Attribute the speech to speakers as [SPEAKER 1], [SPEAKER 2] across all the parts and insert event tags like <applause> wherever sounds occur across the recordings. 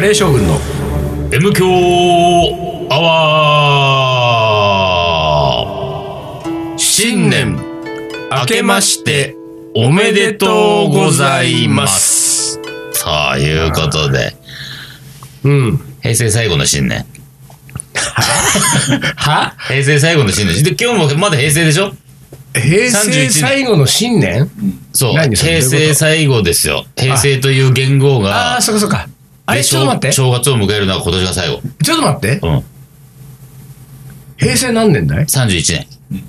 [SPEAKER 1] レー将軍の
[SPEAKER 2] M 強アワー新年明けましておめでとうございます。ということで、
[SPEAKER 1] うん
[SPEAKER 2] 平成最後の新年。
[SPEAKER 1] は
[SPEAKER 2] 平成最後の新年。で、今日もまだ平成でしょ
[SPEAKER 1] 平成最後の新年
[SPEAKER 2] そう。
[SPEAKER 1] 何それ
[SPEAKER 2] 平
[SPEAKER 1] どういうこ
[SPEAKER 2] 成
[SPEAKER 1] と
[SPEAKER 2] 最後ですよ。平成という元号
[SPEAKER 1] あ
[SPEAKER 2] が
[SPEAKER 1] あ、そっかそっかあれ
[SPEAKER 2] で
[SPEAKER 1] ちょっと待ってちょ
[SPEAKER 2] 正月を迎えるのは今年が最後。
[SPEAKER 1] っと待って
[SPEAKER 2] うん。
[SPEAKER 1] 平成何年だい
[SPEAKER 2] 31年。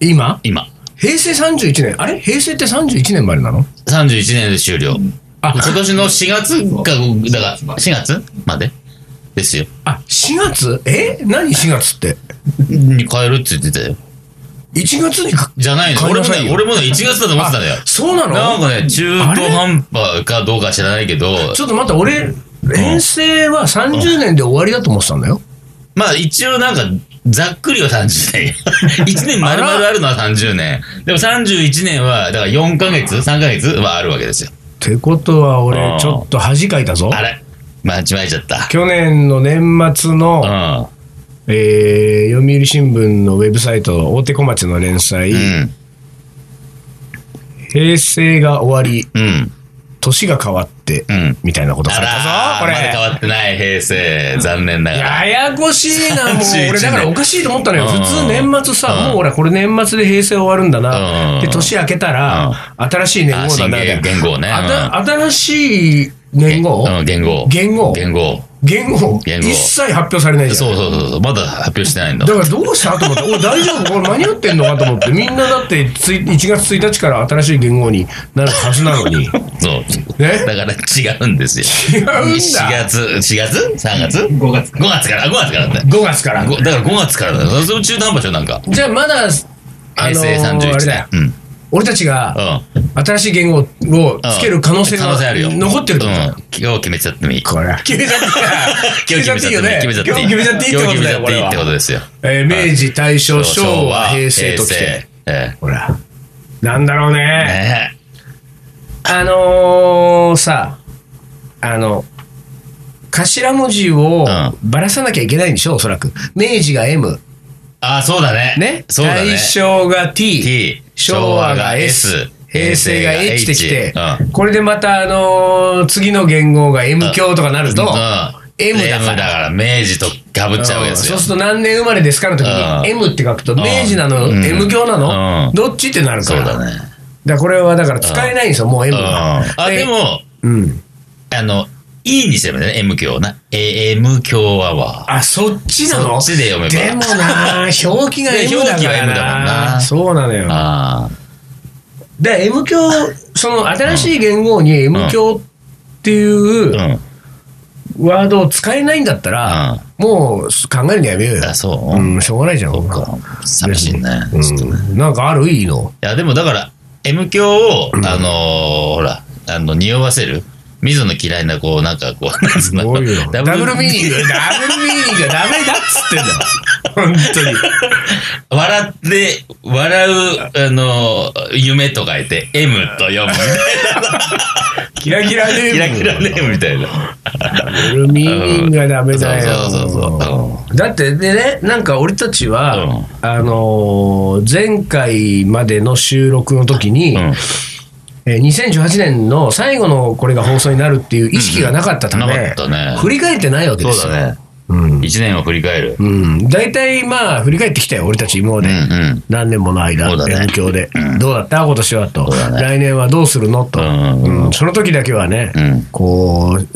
[SPEAKER 1] 今
[SPEAKER 2] 今。
[SPEAKER 1] 平成31年あれ平成って31年までなの
[SPEAKER 2] 31年で終了。
[SPEAKER 1] あ
[SPEAKER 2] 今年の4月か、だから、4月までですよ。
[SPEAKER 1] あ4月え何4月って
[SPEAKER 2] に変えるって言ってたよ。
[SPEAKER 1] 1月にか
[SPEAKER 2] じゃないの。
[SPEAKER 1] 変え
[SPEAKER 2] 俺
[SPEAKER 1] な
[SPEAKER 2] も
[SPEAKER 1] さい
[SPEAKER 2] ね、
[SPEAKER 1] よ
[SPEAKER 2] 俺もね、1月だと思ってたんだよ
[SPEAKER 1] あ。そうなの
[SPEAKER 2] なんかね、中
[SPEAKER 1] あれ
[SPEAKER 2] 途半端かどうか知らないけど、
[SPEAKER 1] ちょっと待って俺平成は30年で終わりだと思ってたんだよ
[SPEAKER 2] まあ一応なんか、ざっくりは30年。1年 <laughs> 丸々あるのは30年。でも31年は、だから4ヶ月 ?3 ヶ月はあるわけですよ。
[SPEAKER 1] ってことは
[SPEAKER 2] う
[SPEAKER 1] 俺
[SPEAKER 2] ん
[SPEAKER 1] ちょっと恥かいたぞ
[SPEAKER 2] あれ間違えちゃった。
[SPEAKER 1] 去年の年末の、
[SPEAKER 2] う
[SPEAKER 1] えー読売新聞のウェブサイト大手小町の連載、
[SPEAKER 2] ん。うん。
[SPEAKER 1] 平成が終わり
[SPEAKER 2] うん。
[SPEAKER 1] 年が変わって、
[SPEAKER 2] うん。
[SPEAKER 1] みたいなことされたぞ
[SPEAKER 2] あ
[SPEAKER 1] こ
[SPEAKER 2] らーまだ変
[SPEAKER 1] れ
[SPEAKER 2] わってない平成。残念ながら。
[SPEAKER 1] ややこしいなもう
[SPEAKER 2] 31
[SPEAKER 1] 俺だからおかしいと思ったのよ
[SPEAKER 2] うん
[SPEAKER 1] 普通年末さ
[SPEAKER 2] うん
[SPEAKER 1] もうほらこれ年末で平成終わるんだ
[SPEAKER 2] う
[SPEAKER 1] なんで年明けたら新しい年
[SPEAKER 2] あ
[SPEAKER 1] 号だ
[SPEAKER 2] 新
[SPEAKER 1] な
[SPEAKER 2] 元元号ね。
[SPEAKER 1] あ
[SPEAKER 2] う
[SPEAKER 1] た
[SPEAKER 2] ん
[SPEAKER 1] 新しい年号
[SPEAKER 2] うん、言語。
[SPEAKER 1] 元号
[SPEAKER 2] 言語。
[SPEAKER 1] 言語
[SPEAKER 2] 元号
[SPEAKER 1] 一切発表されないじゃん
[SPEAKER 2] そうそうそうそう。まだ発表してないんだ。
[SPEAKER 1] だからどうしたと思って、俺大丈夫これ間に合ってんのかと思って、みんなだってつい1月1日から新しい言語になるはずなの
[SPEAKER 2] <laughs>
[SPEAKER 1] に。
[SPEAKER 2] そう。
[SPEAKER 1] ね
[SPEAKER 2] だから違うんですよ。
[SPEAKER 1] 違うんだ
[SPEAKER 2] 4月、4月 ?3 月 ?5 月から。5月から、5月からだって。
[SPEAKER 1] 5月から。
[SPEAKER 2] ごだから5月からだよ。その中途半端じゃん、なんか。
[SPEAKER 1] じゃあまだ、あの
[SPEAKER 2] 平成
[SPEAKER 1] ーあれ
[SPEAKER 2] 31
[SPEAKER 1] だ
[SPEAKER 2] 年
[SPEAKER 1] よ。
[SPEAKER 2] うん。
[SPEAKER 1] 俺たちが
[SPEAKER 2] うん。
[SPEAKER 1] 新しい言語をつける可能性
[SPEAKER 2] 可
[SPEAKER 1] が
[SPEAKER 2] 能性あるよ。
[SPEAKER 1] 残ってる
[SPEAKER 2] う
[SPEAKER 1] と
[SPEAKER 2] ん
[SPEAKER 1] 思う。。
[SPEAKER 2] 今日決めちゃってもいい。
[SPEAKER 1] これ。決めちゃ <laughs> っていい
[SPEAKER 2] <laughs> 今日決めちゃ
[SPEAKER 1] 決めちゃ
[SPEAKER 2] ってもいい。
[SPEAKER 1] っていいよね。今日決めちゃっていいってことだよ、
[SPEAKER 2] 今
[SPEAKER 1] こ
[SPEAKER 2] 日決
[SPEAKER 1] れ
[SPEAKER 2] めちゃっていいってこ
[SPEAKER 1] は。
[SPEAKER 2] とですよ。
[SPEAKER 1] えー明治、大正、昭和、平成とき
[SPEAKER 2] 平
[SPEAKER 1] て
[SPEAKER 2] 成。え
[SPEAKER 1] ほら。なんだろう
[SPEAKER 2] え
[SPEAKER 1] ね。
[SPEAKER 2] ね
[SPEAKER 1] あのーさ、あの、頭文字を
[SPEAKER 2] うん
[SPEAKER 1] ばらさなきゃいけないんでしょ、おそらく。明治が M、
[SPEAKER 2] えああ、そうだね。
[SPEAKER 1] ね。
[SPEAKER 2] そうだね
[SPEAKER 1] 大。正が T、
[SPEAKER 2] T
[SPEAKER 1] 昭和が S、平成が H ってきて、これでまた、あのー次の元号が M 教とかなると、
[SPEAKER 2] うん
[SPEAKER 1] M だから
[SPEAKER 2] 明治とかぶっちゃうわけ
[SPEAKER 1] うん
[SPEAKER 2] です
[SPEAKER 1] そ
[SPEAKER 2] よ
[SPEAKER 1] う。すると何年生まれですかの時
[SPEAKER 2] うん
[SPEAKER 1] に M って書くと
[SPEAKER 2] ん
[SPEAKER 1] 明治なの、
[SPEAKER 2] うん
[SPEAKER 1] M 教なの、
[SPEAKER 2] うん
[SPEAKER 1] どっちってなるか
[SPEAKER 2] そう
[SPEAKER 1] ら
[SPEAKER 2] だね。
[SPEAKER 1] だからこれはだから使えないんですよ、もう
[SPEAKER 2] う
[SPEAKER 1] M
[SPEAKER 2] ん
[SPEAKER 1] が、
[SPEAKER 2] あ、でも、
[SPEAKER 1] うん、
[SPEAKER 2] あの、E にすればね、M 教な。え M 教アワー。
[SPEAKER 1] あ、そっちなの
[SPEAKER 2] そっちで読めば
[SPEAKER 1] でもなあ、表記が M だ
[SPEAKER 2] 表記
[SPEAKER 1] か
[SPEAKER 2] は
[SPEAKER 1] ら
[SPEAKER 2] M だもんな
[SPEAKER 1] そうなのよ。
[SPEAKER 2] ああ。
[SPEAKER 1] で、M 教、その新しい言語に M 教って
[SPEAKER 2] う。
[SPEAKER 1] いうんうワードを使えないんだったら、もう考えるのやめようよ。
[SPEAKER 2] あ、そう
[SPEAKER 1] う。ん、しょうがないじゃん。
[SPEAKER 2] そっか。寂しいね。
[SPEAKER 1] うん、なんかあるいいの。
[SPEAKER 2] いや、でもだから、M 教を、あのー、ほら、あの、匂わせる。水野嫌いな、こう、なんか、こう、なんつう
[SPEAKER 1] どういう
[SPEAKER 2] の
[SPEAKER 1] のダブルミーニング、ダブルミーニングはダメだっつってんだよ。本
[SPEAKER 2] 笑って、笑う、あのー、夢と書いて、M と読む
[SPEAKER 1] <laughs>
[SPEAKER 2] みたい
[SPEAKER 1] 当に。キラキラネーム。
[SPEAKER 2] な。キラキラネームみたいな。
[SPEAKER 1] ダブルミーニングはダメだよ。
[SPEAKER 2] そうそうそうそ
[SPEAKER 1] だってでねなんか俺たちは、
[SPEAKER 2] うん
[SPEAKER 1] あのー前回までの収録の時に、
[SPEAKER 2] うん。
[SPEAKER 1] えー2018年の最後のこれが放送になるっていう意識がなかったため、
[SPEAKER 2] うんなかったね
[SPEAKER 1] 振り返ってないわけで
[SPEAKER 2] そう
[SPEAKER 1] すよ。
[SPEAKER 2] だね。
[SPEAKER 1] うん
[SPEAKER 2] 一年を振り返る。
[SPEAKER 1] うん、大体まあ振り返ってきたよ俺たち今ま
[SPEAKER 2] う
[SPEAKER 1] で、
[SPEAKER 2] んうん。
[SPEAKER 1] 何年もの間
[SPEAKER 2] そうだね
[SPEAKER 1] 勉強で、どうだった今年はと、
[SPEAKER 2] そうだね
[SPEAKER 1] 来年はどうするのと、
[SPEAKER 2] うんうん
[SPEAKER 1] うんその時だけはね、
[SPEAKER 2] うん
[SPEAKER 1] こう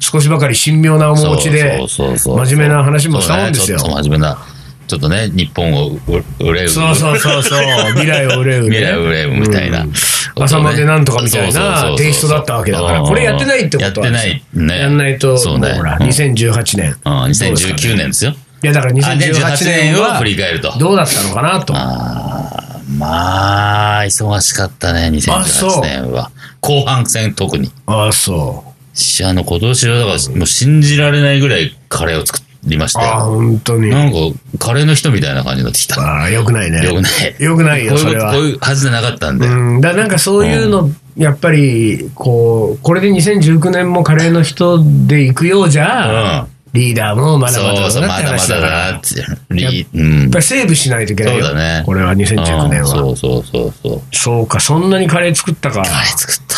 [SPEAKER 1] 少しばかり神妙な面持ちで
[SPEAKER 2] そうそうそうそう
[SPEAKER 1] 真面目な話もしたもんですよ。
[SPEAKER 2] そうねちょっと真面目な。ちょっとね、日本をううれう。
[SPEAKER 1] そうそうそうそう、未来を憂う、ね。
[SPEAKER 2] 未来を憂うみたいな。
[SPEAKER 1] うん
[SPEAKER 2] ことね
[SPEAKER 1] 朝までなんとかみたい
[SPEAKER 2] そうそうそうそ
[SPEAKER 1] な
[SPEAKER 2] う
[SPEAKER 1] テイストだったわけだから、
[SPEAKER 2] うん
[SPEAKER 1] これやってないってことは
[SPEAKER 2] やってないね。
[SPEAKER 1] やんないと、
[SPEAKER 2] そう
[SPEAKER 1] も
[SPEAKER 2] ね
[SPEAKER 1] うほら、
[SPEAKER 2] うん
[SPEAKER 1] 2018年。
[SPEAKER 2] うん2019
[SPEAKER 1] どうですかね
[SPEAKER 2] 年ですよ。
[SPEAKER 1] いや、だから2018
[SPEAKER 2] あ
[SPEAKER 1] 年
[SPEAKER 2] 2018年
[SPEAKER 1] は
[SPEAKER 2] を振り返ると
[SPEAKER 1] どうだったのかなと。
[SPEAKER 2] あーまあ、忙しかったね、
[SPEAKER 1] あそ
[SPEAKER 2] 2018
[SPEAKER 1] う
[SPEAKER 2] 年は。後半戦特に。
[SPEAKER 1] ああ、そ
[SPEAKER 2] しあの、今年はだから、もう信じられないぐらいカレーを作っりまして。
[SPEAKER 1] ああ、本当に。
[SPEAKER 2] なんか、カレーの人みたいな感じになってきた。
[SPEAKER 1] ああ、よくないね。
[SPEAKER 2] よくない。
[SPEAKER 1] よくないよ、
[SPEAKER 2] こういう
[SPEAKER 1] そ
[SPEAKER 2] こ
[SPEAKER 1] れ
[SPEAKER 2] と、
[SPEAKER 1] は
[SPEAKER 2] こ。ういうはずじゃなかったんで。
[SPEAKER 1] うん、だからなんかそういうの、やっぱりこうこれで2019年もカレーの人で行くようじゃ、
[SPEAKER 2] うん
[SPEAKER 1] リーダーもまだまだ
[SPEAKER 2] そう
[SPEAKER 1] だ
[SPEAKER 2] そう、
[SPEAKER 1] なっ
[SPEAKER 2] ま
[SPEAKER 1] て
[SPEAKER 2] だま
[SPEAKER 1] 話
[SPEAKER 2] だ
[SPEAKER 1] だから
[SPEAKER 2] だ
[SPEAKER 1] や
[SPEAKER 2] な
[SPEAKER 1] っ
[SPEAKER 2] って。リーうん
[SPEAKER 1] ぱ。りセーブしないといけない
[SPEAKER 2] そう
[SPEAKER 1] よ
[SPEAKER 2] だね。
[SPEAKER 1] これは2019年は
[SPEAKER 2] うんそうそうそうそう。
[SPEAKER 1] そうかそんなにカレー作ったか
[SPEAKER 2] あれ作った。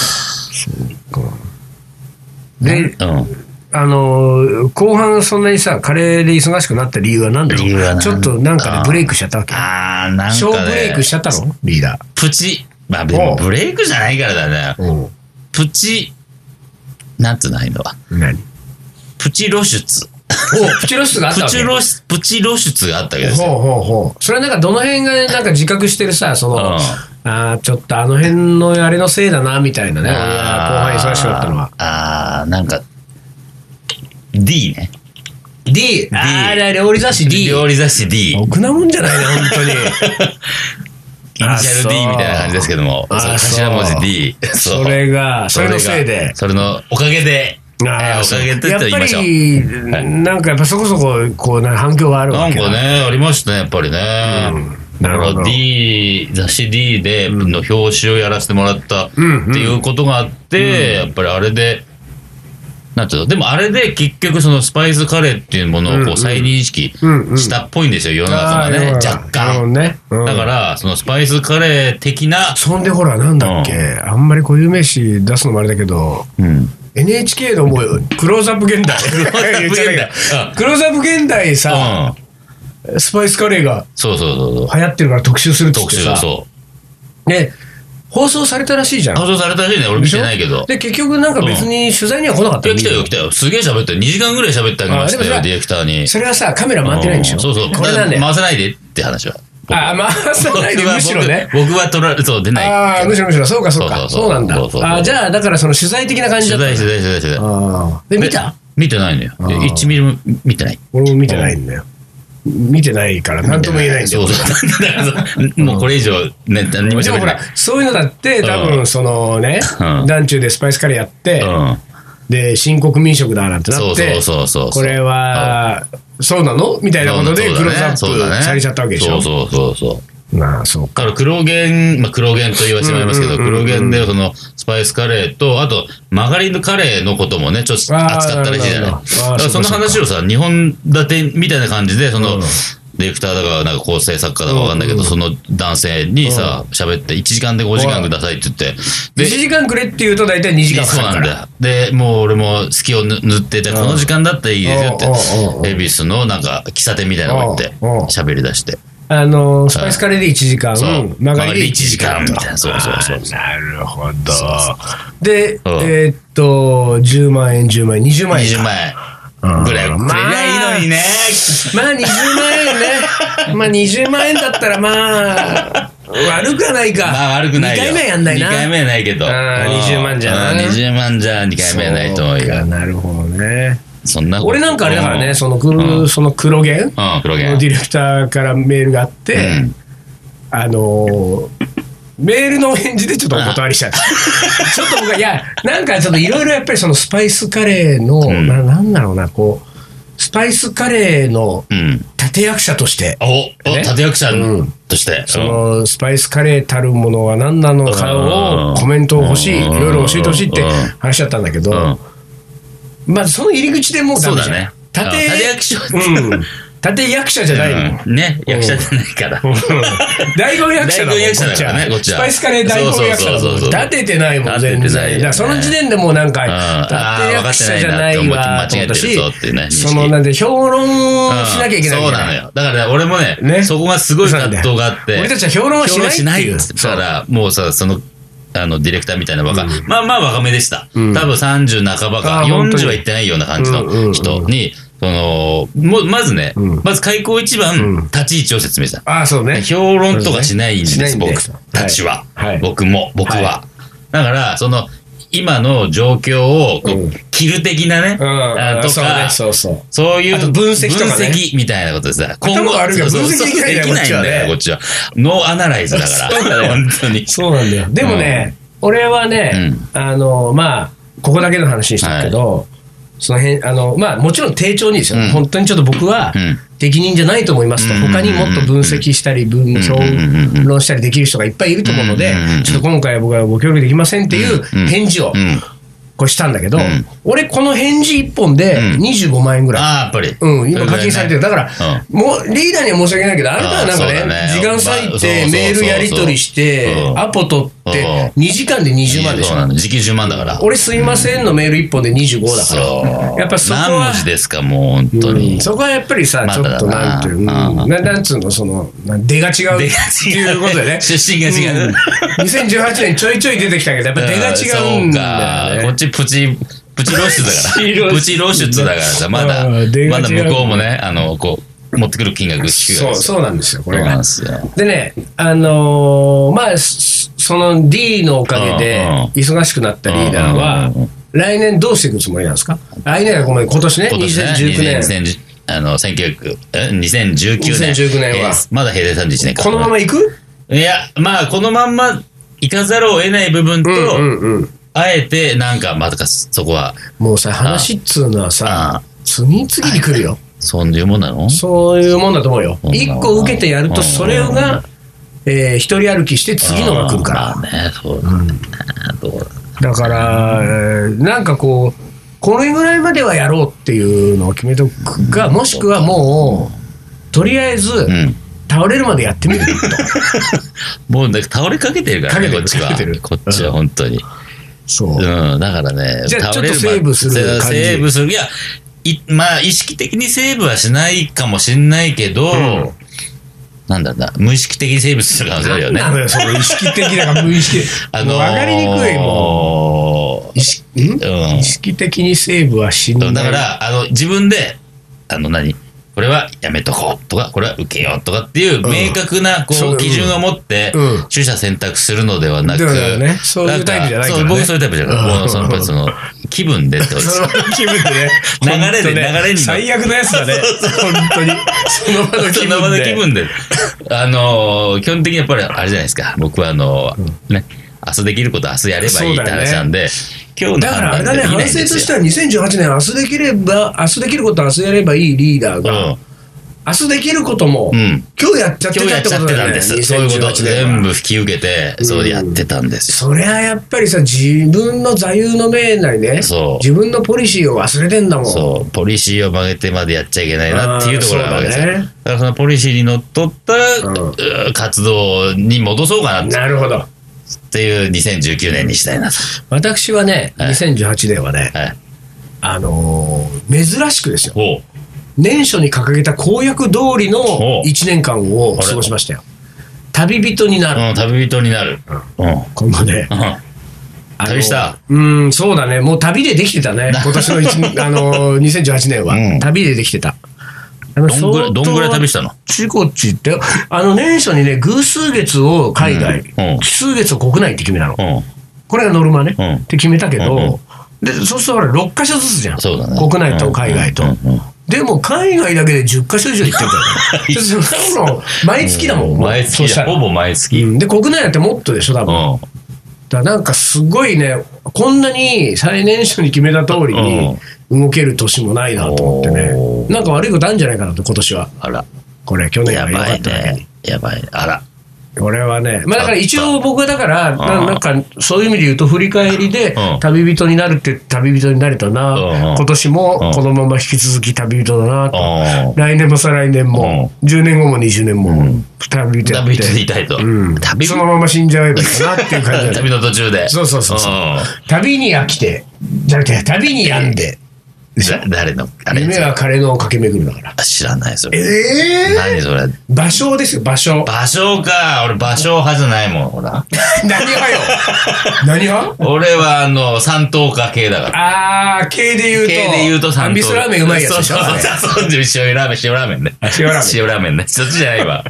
[SPEAKER 1] で
[SPEAKER 2] うん。
[SPEAKER 1] あのー後半そんなにさカレーで忙しくなった理由は何だろ
[SPEAKER 2] 理由
[SPEAKER 1] う
[SPEAKER 2] は何だ
[SPEAKER 1] ちょっとなんかでブレイクしちゃったわけ
[SPEAKER 2] あー、なんか、ね。
[SPEAKER 1] 小ブレイクしちゃったのリーダ
[SPEAKER 2] プチ。まあ、でもブレイクじゃないからだね。
[SPEAKER 1] ー
[SPEAKER 2] プチ、なんつうのああいうのは。
[SPEAKER 1] 何
[SPEAKER 2] プチ露出。
[SPEAKER 1] おプチロスがあった
[SPEAKER 2] プ
[SPEAKER 1] わけ
[SPEAKER 2] チ露出、プチ露出があったわけですよ。
[SPEAKER 1] ほうほうほう。それはなんかどの辺がなんか自覚してるさ、その、
[SPEAKER 2] うん
[SPEAKER 1] ああ、ちょっとあの辺のあれのせいだな、みたいなね、俺が後輩忙しかったのは。
[SPEAKER 2] あーあー、なんか、D ね。
[SPEAKER 1] D、ああれ、料理雑誌 D。
[SPEAKER 2] 料理雑誌 D。イ
[SPEAKER 1] ろ
[SPEAKER 2] ニ
[SPEAKER 1] くなもんじゃないね、本当に。
[SPEAKER 2] シャル D みたいな感じですけども、
[SPEAKER 1] あ
[SPEAKER 2] そ
[SPEAKER 1] そう
[SPEAKER 2] う頭文字 D。 <laughs>
[SPEAKER 1] それが、それのせいで。
[SPEAKER 2] それのおかげで、え
[SPEAKER 1] あ
[SPEAKER 2] ー
[SPEAKER 1] あ
[SPEAKER 2] おかげで
[SPEAKER 1] や
[SPEAKER 2] と
[SPEAKER 1] っ
[SPEAKER 2] 言い
[SPEAKER 1] ぱ
[SPEAKER 2] ましょう。
[SPEAKER 1] り、なんかやっぱそこそこ、こう、なんか反響がある
[SPEAKER 2] な
[SPEAKER 1] わ
[SPEAKER 2] ん
[SPEAKER 1] けだ
[SPEAKER 2] かね、ありましたね、やっぱりね。
[SPEAKER 1] なるほど
[SPEAKER 2] D、雑誌 D で、の表紙をやらせてもらったって
[SPEAKER 1] んうん
[SPEAKER 2] いうことがあって、やっぱりあれで、なんていうの、でもあれで結局そのスパイスカレーっていうものをこう再認識
[SPEAKER 1] うんうん
[SPEAKER 2] したっぽいんですよ、世の
[SPEAKER 1] あ
[SPEAKER 2] 中
[SPEAKER 1] あ
[SPEAKER 2] が
[SPEAKER 1] な
[SPEAKER 2] ね、
[SPEAKER 1] るほど
[SPEAKER 2] 若
[SPEAKER 1] なるほど
[SPEAKER 2] 干。
[SPEAKER 1] ね。うん
[SPEAKER 2] だから、そのスパイスカレー的な、
[SPEAKER 1] そんでほら、なんだっけ、あんまりこういう名詞出すのもあれだけど、NHK のもうクローズアップ
[SPEAKER 2] <laughs>
[SPEAKER 1] 現代
[SPEAKER 2] ップ現代う
[SPEAKER 1] <laughs>
[SPEAKER 2] ん
[SPEAKER 1] クローズアップ現代さ、
[SPEAKER 2] うん
[SPEAKER 1] スパイスカレーが
[SPEAKER 2] そうそうそうそう。
[SPEAKER 1] 流行ってるから特集するっつっ
[SPEAKER 2] 特
[SPEAKER 1] て
[SPEAKER 2] 集、
[SPEAKER 1] さ
[SPEAKER 2] そう。
[SPEAKER 1] で放送されたらしいじゃん
[SPEAKER 2] 放送されたらしいね、俺見てないけど。
[SPEAKER 1] で結局なんか別に取材には来なかっ
[SPEAKER 2] い
[SPEAKER 1] た
[SPEAKER 2] や、来たよ、来たよ。すげえ喋ったよ。2時間ぐらい喋ってあげまし
[SPEAKER 1] あで
[SPEAKER 2] た
[SPEAKER 1] もそれは
[SPEAKER 2] よ、ディレクターに。
[SPEAKER 1] それはさカメラ回ってないんでしょ
[SPEAKER 2] そうそう。
[SPEAKER 1] これなんだよ
[SPEAKER 2] 回さないでって話は。
[SPEAKER 1] あ回さない
[SPEAKER 2] <laughs>
[SPEAKER 1] で
[SPEAKER 2] 僕は
[SPEAKER 1] むしろね
[SPEAKER 2] 僕僕は取られ、そう、出ない。
[SPEAKER 1] ああむしろむしろそうかそう
[SPEAKER 2] そ
[SPEAKER 1] か
[SPEAKER 2] うそうそう
[SPEAKER 1] そうなんだ
[SPEAKER 2] そうそうそう
[SPEAKER 1] あーじゃあだからその取材的な感じだっ
[SPEAKER 2] 取
[SPEAKER 1] た
[SPEAKER 2] 材、取材、取材、取材。
[SPEAKER 1] あーで見た
[SPEAKER 2] で見てないのよ。
[SPEAKER 1] ー
[SPEAKER 2] 1ミリも見てない。
[SPEAKER 1] 俺も見てないんだよ見てないから何とも言えないんだよ
[SPEAKER 2] そうそう。 <laughs> だからそうもうこれ以上、ね、何にも
[SPEAKER 1] でも
[SPEAKER 2] 喋れ
[SPEAKER 1] ほ
[SPEAKER 2] ない
[SPEAKER 1] ら。そういうのだって多
[SPEAKER 2] う
[SPEAKER 1] 分そのね
[SPEAKER 2] うん
[SPEAKER 1] 団中でスパイスカレーやって
[SPEAKER 2] うん。
[SPEAKER 1] で新国民食だなんてな
[SPEAKER 2] そ
[SPEAKER 1] っ
[SPEAKER 2] うそ
[SPEAKER 1] て
[SPEAKER 2] うそうそう。
[SPEAKER 1] これはそうなのみたいなことでクローズアップされちゃったわけでしょ
[SPEAKER 2] そうそうそうそう。
[SPEAKER 1] まあそうか
[SPEAKER 2] だから黒源、まあ、黒源と言わせてもらいますけど、
[SPEAKER 1] うんうんうんう
[SPEAKER 2] 黒
[SPEAKER 1] ん
[SPEAKER 2] 源でそのスパイスカレーと、あと、曲がりのカレーのこともね、ちょっと
[SPEAKER 1] あー
[SPEAKER 2] 扱ったらしいじゃな
[SPEAKER 1] なる
[SPEAKER 2] い。だ
[SPEAKER 1] ほどあー
[SPEAKER 2] からその
[SPEAKER 1] そうか
[SPEAKER 2] 話をさ、日本立てみたいな感じで、その、
[SPEAKER 1] うん
[SPEAKER 2] ディレクターだか、なんか構成作家だかわかんないけど、その男性にさ、喋って、1時間で5時間くださいって言って、
[SPEAKER 1] 1
[SPEAKER 2] で、
[SPEAKER 1] 時間くれって言うと大体2時間か
[SPEAKER 2] そう
[SPEAKER 1] かる
[SPEAKER 2] なん
[SPEAKER 1] か
[SPEAKER 2] だ
[SPEAKER 1] ら
[SPEAKER 2] よ。で、もう俺も隙を塗って、じゃあこの時間だったらいいですよ
[SPEAKER 1] うんうんうん
[SPEAKER 2] っ
[SPEAKER 1] うん
[SPEAKER 2] て、恵比寿のなんか喫茶店みたいなとこ行って
[SPEAKER 1] うんうん、
[SPEAKER 2] 喋り出して。
[SPEAKER 1] あのスパイスカレーで1時間
[SPEAKER 2] そう
[SPEAKER 1] 曲がりで1時間
[SPEAKER 2] 曲がりで1時間みたいなそうそうそ
[SPEAKER 1] あ
[SPEAKER 2] う
[SPEAKER 1] ーなるほどで
[SPEAKER 2] うん
[SPEAKER 1] えーっと10万円10万円20万円
[SPEAKER 2] 20
[SPEAKER 1] か
[SPEAKER 2] 万円ぐらいはくれりゃいいのにね。
[SPEAKER 1] まあ20万円ね。まあ20万円だったらまあ、悪くはないか。
[SPEAKER 2] まあ悪くないよ。
[SPEAKER 1] 2回目はやんないな。
[SPEAKER 2] 2回目はないけど。
[SPEAKER 1] あー
[SPEAKER 2] うん
[SPEAKER 1] 20万じゃな
[SPEAKER 2] うん20万じゃ2回目はないと思う
[SPEAKER 1] そうか
[SPEAKER 2] よ。
[SPEAKER 1] なるほどね。
[SPEAKER 2] そんなこと
[SPEAKER 1] 俺なんかあれだからね、その黒、
[SPEAKER 2] うん
[SPEAKER 1] その黒源
[SPEAKER 2] うん、黒毛。
[SPEAKER 1] のディレクターからメールがあって、
[SPEAKER 2] うん
[SPEAKER 1] あのーメールのお返事でちょっとお断りしちゃ
[SPEAKER 2] <laughs>
[SPEAKER 1] った。ちょっと僕は、いや、なんかちょっといろいろやっぱりそのスパイスカレーの、
[SPEAKER 2] ん
[SPEAKER 1] ななんだろうな、こう、スパイスカレーの
[SPEAKER 2] うん。
[SPEAKER 1] 立役者として、
[SPEAKER 2] お、お、
[SPEAKER 1] ね
[SPEAKER 2] 立役者
[SPEAKER 1] うん
[SPEAKER 2] として。
[SPEAKER 1] そのスパイスカレーたるものは何なのかをコメントを欲しい、い
[SPEAKER 2] うん
[SPEAKER 1] ろいろ教えてほしいって
[SPEAKER 2] うん
[SPEAKER 1] 話だったんだけ
[SPEAKER 2] うんうん
[SPEAKER 1] ど、まずその入り口でもうダメじゃん
[SPEAKER 2] そうだね
[SPEAKER 1] 盾
[SPEAKER 2] うん盾役者
[SPEAKER 1] うん盾役者じゃないの。
[SPEAKER 2] うんね、役者じゃないから。
[SPEAKER 1] 大根役者だもん
[SPEAKER 2] 大根役者だからね
[SPEAKER 1] こ
[SPEAKER 2] こ
[SPEAKER 1] っ
[SPEAKER 2] っ
[SPEAKER 1] ち
[SPEAKER 2] ち
[SPEAKER 1] はス
[SPEAKER 2] は
[SPEAKER 1] パイスカレー大根役者だも
[SPEAKER 2] そ
[SPEAKER 1] ん
[SPEAKER 2] うそうそうそう
[SPEAKER 1] 立ててないもん全
[SPEAKER 2] 立ててな
[SPEAKER 1] 然
[SPEAKER 2] いよね
[SPEAKER 1] だからその時点でもうなんか
[SPEAKER 2] あー
[SPEAKER 1] 立て役者じゃないわと思ったし
[SPEAKER 2] 分かってないなって思って間違えてるぞっていうね認識
[SPEAKER 1] そのなんで評論をしなきゃいけない
[SPEAKER 2] うん
[SPEAKER 1] じ
[SPEAKER 2] そう
[SPEAKER 1] ゃ
[SPEAKER 2] ないのよ。だから俺もね、
[SPEAKER 1] ね
[SPEAKER 2] そこがすごい葛藤があって。
[SPEAKER 1] 俺たちは評論はしないっていう
[SPEAKER 2] 評論しなだから、もうさ、その、あの、ディレクターみたいな若、まあまあ若めでした。多分30半ばか、
[SPEAKER 1] あー本当に
[SPEAKER 2] 40は行ってないような感じ
[SPEAKER 1] うんうんう
[SPEAKER 2] の
[SPEAKER 1] ん
[SPEAKER 2] 人に、その、もうまずね、
[SPEAKER 1] ん
[SPEAKER 2] まず開口一番、立ち位置を説明した。
[SPEAKER 1] ああそうね
[SPEAKER 2] 評論とかしないんで
[SPEAKER 1] しない
[SPEAKER 2] す、
[SPEAKER 1] んで
[SPEAKER 2] 僕たちは
[SPEAKER 1] はいはい。
[SPEAKER 2] 僕も、僕は
[SPEAKER 1] は。
[SPEAKER 2] だから、その、今の状況を、こ
[SPEAKER 1] う、
[SPEAKER 2] うん切る的なね、
[SPEAKER 1] う
[SPEAKER 2] あ
[SPEAKER 1] ん
[SPEAKER 2] と
[SPEAKER 1] そうね
[SPEAKER 2] か、
[SPEAKER 1] そうそう
[SPEAKER 2] そうい
[SPEAKER 1] あと
[SPEAKER 2] う
[SPEAKER 1] 分析とかね
[SPEAKER 2] 分析みたいなことでさ、
[SPEAKER 1] 頭があるけど
[SPEAKER 2] そう
[SPEAKER 1] 分析できないんだよ
[SPEAKER 2] そうそうできないんだ
[SPEAKER 1] こ
[SPEAKER 2] よ、こ
[SPEAKER 1] っ
[SPEAKER 2] っちは。ノーアナライズだから。
[SPEAKER 1] そうだよ
[SPEAKER 2] 本当に。
[SPEAKER 1] そうなんだよ。でもね、俺はね、あの、まあ、ここだけの話にしたけど、その辺、あの、まあ、もちろん丁重にですよ、
[SPEAKER 2] うん
[SPEAKER 1] 本当にちょっと僕は
[SPEAKER 2] うん、
[SPEAKER 1] 適任じゃないと思いますと、
[SPEAKER 2] うん
[SPEAKER 1] 他にもっと分析したり、分評
[SPEAKER 2] うん
[SPEAKER 1] 論したりできる人がいっぱいいると思うので
[SPEAKER 2] うん、
[SPEAKER 1] ちょっと今回は僕はご協力できませんっていう
[SPEAKER 2] うん
[SPEAKER 1] 返事を、
[SPEAKER 2] うん。
[SPEAKER 1] こうしたんだけど、
[SPEAKER 2] ん
[SPEAKER 1] 俺この返事1本で
[SPEAKER 2] うん
[SPEAKER 1] 25万円ぐらい。
[SPEAKER 2] ああ、やっぱり。
[SPEAKER 1] うん、今課金されてる。だから、もうリーダーには申し訳ないけど、あなたはなんか
[SPEAKER 2] あ
[SPEAKER 1] ね
[SPEAKER 2] そうだね、
[SPEAKER 1] 時間割
[SPEAKER 2] まあ
[SPEAKER 1] い
[SPEAKER 2] そうそう
[SPEAKER 1] て
[SPEAKER 2] そう
[SPEAKER 1] メールやり取りして
[SPEAKER 2] う、ん
[SPEAKER 1] アポ取って、2時間で20万でし
[SPEAKER 2] そう
[SPEAKER 1] ょ。
[SPEAKER 2] なの。時給10万だから。
[SPEAKER 1] 俺すいませんのメール1本で25だか
[SPEAKER 2] そう。
[SPEAKER 1] ら。やっぱそこ
[SPEAKER 2] 何
[SPEAKER 1] は
[SPEAKER 2] 文、字ですか、もう本当
[SPEAKER 1] う
[SPEAKER 2] に
[SPEAKER 1] ん。そこはやっぱりさ、
[SPEAKER 2] ま
[SPEAKER 1] ちょ
[SPEAKER 2] だだな
[SPEAKER 1] っとなんていう、うん
[SPEAKER 2] あ
[SPEAKER 1] な
[SPEAKER 2] あ
[SPEAKER 1] なんつうの、その、な出が違うっていうことでね。
[SPEAKER 2] <laughs> 出身が違う。
[SPEAKER 1] うん2018年ちょいちょい出てきたけど、やっぱ出が違うんだ
[SPEAKER 2] そう
[SPEAKER 1] よね
[SPEAKER 2] かこっ。ちプチ、プチ露出だか
[SPEAKER 1] プチ露
[SPEAKER 2] ら。
[SPEAKER 1] 出
[SPEAKER 2] プチ露出だからさ、まだ、
[SPEAKER 1] うん出が
[SPEAKER 2] まだ
[SPEAKER 1] 違う
[SPEAKER 2] 向こうもね、あの、こう、持ってくる金額低いか
[SPEAKER 1] そ
[SPEAKER 2] ら
[SPEAKER 1] う、
[SPEAKER 2] さ。
[SPEAKER 1] そうなんですよ、こ
[SPEAKER 2] こ
[SPEAKER 1] れ
[SPEAKER 2] れなん
[SPEAKER 1] が
[SPEAKER 2] で。すよ。
[SPEAKER 1] でね、あのーまあ、そその D のおかげで
[SPEAKER 2] うんうん、
[SPEAKER 1] 忙しくなったリーダーは
[SPEAKER 2] うんうんうん、
[SPEAKER 1] 来年どうしていくつもりなんですか来年はごめん、今年ね、
[SPEAKER 2] 今年ね、
[SPEAKER 1] 2019年。
[SPEAKER 2] 2010あの、1900、え ?2019 年。
[SPEAKER 1] 2019年は
[SPEAKER 2] えーまだ平成31年か。
[SPEAKER 1] このままいく
[SPEAKER 2] いや、まあ、このまんま、行かざるを得ない部分と、
[SPEAKER 1] うんうんうん。
[SPEAKER 2] あえて、なんか、またか、そこは、
[SPEAKER 1] もうさ、話っつうのは
[SPEAKER 2] あ
[SPEAKER 1] さ、次々に来るよ。
[SPEAKER 2] そういうもんなの
[SPEAKER 1] そういうもんだと思うよ。
[SPEAKER 2] うん
[SPEAKER 1] 一個受けてやると、それが、えー一人歩きして次のが来るから
[SPEAKER 2] あ。ーまあね、そうなんだなどうだ
[SPEAKER 1] だから、えーなんかこう、これぐらいまではやろうっていうのを決めとくか、もしくはもう、とりあえず
[SPEAKER 2] う、ん。
[SPEAKER 1] 倒れるまでやって
[SPEAKER 2] <laughs>
[SPEAKER 1] みると。
[SPEAKER 2] もう、倒れかけてるからね、
[SPEAKER 1] かけて
[SPEAKER 2] こ
[SPEAKER 1] る
[SPEAKER 2] っち
[SPEAKER 1] かけてる
[SPEAKER 2] は。こっちは、本当に。
[SPEAKER 1] そう
[SPEAKER 2] う。ん、だからね、
[SPEAKER 1] じゃあ
[SPEAKER 2] 倒れるま
[SPEAKER 1] ちょっとセーブする感じ
[SPEAKER 2] セーブする。いや、いまあ、意識的にセーブはしないかもしんないけど、
[SPEAKER 1] ん
[SPEAKER 2] なんだろうな、無意識的にセーブする可能性あるよね。
[SPEAKER 1] なんだよ、その意識的だから無意識。
[SPEAKER 2] <laughs> あ
[SPEAKER 1] も
[SPEAKER 2] の
[SPEAKER 1] う分かりにくい、も
[SPEAKER 2] も
[SPEAKER 1] う。意識、ん
[SPEAKER 2] うん
[SPEAKER 1] 意識的にセーブはしない。
[SPEAKER 2] だから、あの、自分で、あの、何これはやめとこうとか、これは受けようとかっていう明確な、こ
[SPEAKER 1] そう
[SPEAKER 2] う、
[SPEAKER 1] うん
[SPEAKER 2] 基準を持って
[SPEAKER 1] うん、
[SPEAKER 2] 取捨選択するのではなく
[SPEAKER 1] ではない、ねそういうタイプじゃないからね
[SPEAKER 2] んそう僕そういうタイプじゃない。
[SPEAKER 1] うん
[SPEAKER 2] もうその、やっぱりその、気分でってことで
[SPEAKER 1] そ
[SPEAKER 2] す。
[SPEAKER 1] の。場の気分でね
[SPEAKER 2] 流れで
[SPEAKER 1] 本当ね
[SPEAKER 2] 流れに乗
[SPEAKER 1] 最悪なやつ
[SPEAKER 2] <laughs>
[SPEAKER 1] だね。本当に。その場の気
[SPEAKER 2] そ
[SPEAKER 1] 分で。
[SPEAKER 2] の場の気分で。あのー、基本的にやっぱり、あれじゃないですか。僕は、あのー、ね、明日できること明日やればいいって話なんで、今日の
[SPEAKER 1] だからあれ
[SPEAKER 2] 判
[SPEAKER 1] だ
[SPEAKER 2] 断
[SPEAKER 1] ね、反
[SPEAKER 2] できないん
[SPEAKER 1] 省
[SPEAKER 2] で
[SPEAKER 1] とし
[SPEAKER 2] す
[SPEAKER 1] て
[SPEAKER 2] よ。
[SPEAKER 1] は2018年、明日できれば、明日できること明日やればいいリーダー
[SPEAKER 2] う
[SPEAKER 1] が、
[SPEAKER 2] ん。
[SPEAKER 1] 明日できることも、
[SPEAKER 2] うん
[SPEAKER 1] 今日やっちゃって
[SPEAKER 2] 今日
[SPEAKER 1] た
[SPEAKER 2] や
[SPEAKER 1] っ
[SPEAKER 2] って
[SPEAKER 1] こ
[SPEAKER 2] ちゃ
[SPEAKER 1] と
[SPEAKER 2] って
[SPEAKER 1] だ
[SPEAKER 2] た
[SPEAKER 1] よ
[SPEAKER 2] ん
[SPEAKER 1] ね。
[SPEAKER 2] です。そういうこと
[SPEAKER 1] 2018年は
[SPEAKER 2] 全部引き受けて、そうやってたんですよ。
[SPEAKER 1] そりゃやっぱりさ、自分の座右の銘なりね、
[SPEAKER 2] そう
[SPEAKER 1] 自分のポリシーを忘れてんだもん。
[SPEAKER 2] そう、ポリシーを曲げてまでやっちゃいけないなっていうところがあるわけですよ。
[SPEAKER 1] あー
[SPEAKER 2] だ
[SPEAKER 1] そうだね
[SPEAKER 2] からそのポリシーにのっとった、
[SPEAKER 1] ん
[SPEAKER 2] うー活動に戻そうかな
[SPEAKER 1] なるほど。
[SPEAKER 2] っていう2019年にしたいなと。
[SPEAKER 1] 私はね、
[SPEAKER 2] はい
[SPEAKER 1] 2018年はね、
[SPEAKER 2] はい。
[SPEAKER 1] あのー珍しくですよ。
[SPEAKER 2] おう
[SPEAKER 1] 年初に掲げた公約通りの
[SPEAKER 2] ほう
[SPEAKER 1] 1年間を過ごしましたよ。旅人になる。
[SPEAKER 2] うん、旅人になる。うん。うん
[SPEAKER 1] 今度ね。あの
[SPEAKER 2] 旅した。
[SPEAKER 1] うん、そうだね。もう旅でできてた
[SPEAKER 2] <laughs>
[SPEAKER 1] ね。今年の一年あのー2018年は、
[SPEAKER 2] うん
[SPEAKER 1] 旅でできてた。ど
[SPEAKER 2] どんぐらい、どんぐらい旅したの
[SPEAKER 1] ちこっちって、あの年初にね、偶数月を海外、
[SPEAKER 2] うんうん
[SPEAKER 1] 数月を国内って決めたの。
[SPEAKER 2] うん。
[SPEAKER 1] これがノルマね、
[SPEAKER 2] うん
[SPEAKER 1] って決めたけど、
[SPEAKER 2] うんうん
[SPEAKER 1] でそうするとほら6か所ずつじゃん、
[SPEAKER 2] そうだね。
[SPEAKER 1] 国内と海外と。
[SPEAKER 2] うんうんうん
[SPEAKER 1] でも海外だけで10か所以上行ってる
[SPEAKER 2] <laughs>
[SPEAKER 1] から、ね、そんなの毎月だもん、
[SPEAKER 2] 毎
[SPEAKER 1] そう
[SPEAKER 2] 月
[SPEAKER 1] した
[SPEAKER 2] だ。
[SPEAKER 1] ら
[SPEAKER 2] ほぼ毎月。
[SPEAKER 1] う
[SPEAKER 2] うん。
[SPEAKER 1] んで国内だってもっとでしょ多分、だからなんかすごいねこんなに最年少に決めた通りに動ける年もないなと思ってね、
[SPEAKER 2] おー
[SPEAKER 1] なんか悪いことあるんじゃないかなと今年は
[SPEAKER 2] あら。
[SPEAKER 1] これ去年
[SPEAKER 2] や
[SPEAKER 1] は良
[SPEAKER 2] ば
[SPEAKER 1] か
[SPEAKER 2] い
[SPEAKER 1] っただけに
[SPEAKER 2] ね。やばいね。あら。
[SPEAKER 1] これはね、まあ、だから一応僕はだから、
[SPEAKER 2] う
[SPEAKER 1] なんなんかそういう意味で言うと、振り返りで
[SPEAKER 2] うん、
[SPEAKER 1] 旅人になるって旅人になれた
[SPEAKER 2] うんう
[SPEAKER 1] な、
[SPEAKER 2] ん
[SPEAKER 1] 今年
[SPEAKER 2] うん
[SPEAKER 1] もこのまま引き続き旅人だなと、
[SPEAKER 2] うん
[SPEAKER 1] 来年も再来年も、10年後も20年も、旅人やっ
[SPEAKER 2] 旅人でい
[SPEAKER 1] て、
[SPEAKER 2] たいと。
[SPEAKER 1] うん
[SPEAKER 2] 旅
[SPEAKER 1] そのまま死んじゃえばいいかなっていう感じだ
[SPEAKER 2] 旅
[SPEAKER 1] ね
[SPEAKER 2] の途中で。
[SPEAKER 1] そうそうそうそうん旅に飽きて、じゃなくて、旅に病んで、でしょ
[SPEAKER 2] だ誰の、あれ
[SPEAKER 1] 夢は枯れの駆け巡るだから。
[SPEAKER 2] 知らない、それ。
[SPEAKER 1] ええ
[SPEAKER 2] 何それ。
[SPEAKER 1] 芭蕉ですよ、芭蕉。
[SPEAKER 2] 芭蕉か。俺、芭蕉派じゃないもん、ほら。
[SPEAKER 1] <laughs> 何派よ
[SPEAKER 2] <laughs>
[SPEAKER 1] 何派
[SPEAKER 2] 俺は、あの、三等家系だから。
[SPEAKER 1] あー、系で言うと。
[SPEAKER 2] 系で言うと三等
[SPEAKER 1] ア
[SPEAKER 2] 価
[SPEAKER 1] ンビスラーメンうまいやつ
[SPEAKER 2] そう
[SPEAKER 1] でしょ
[SPEAKER 2] そうそう。そう塩ラーメン、塩ラーメンね。
[SPEAKER 1] 塩ラーメン
[SPEAKER 2] 塩ラーメンね。そっちじゃないわ。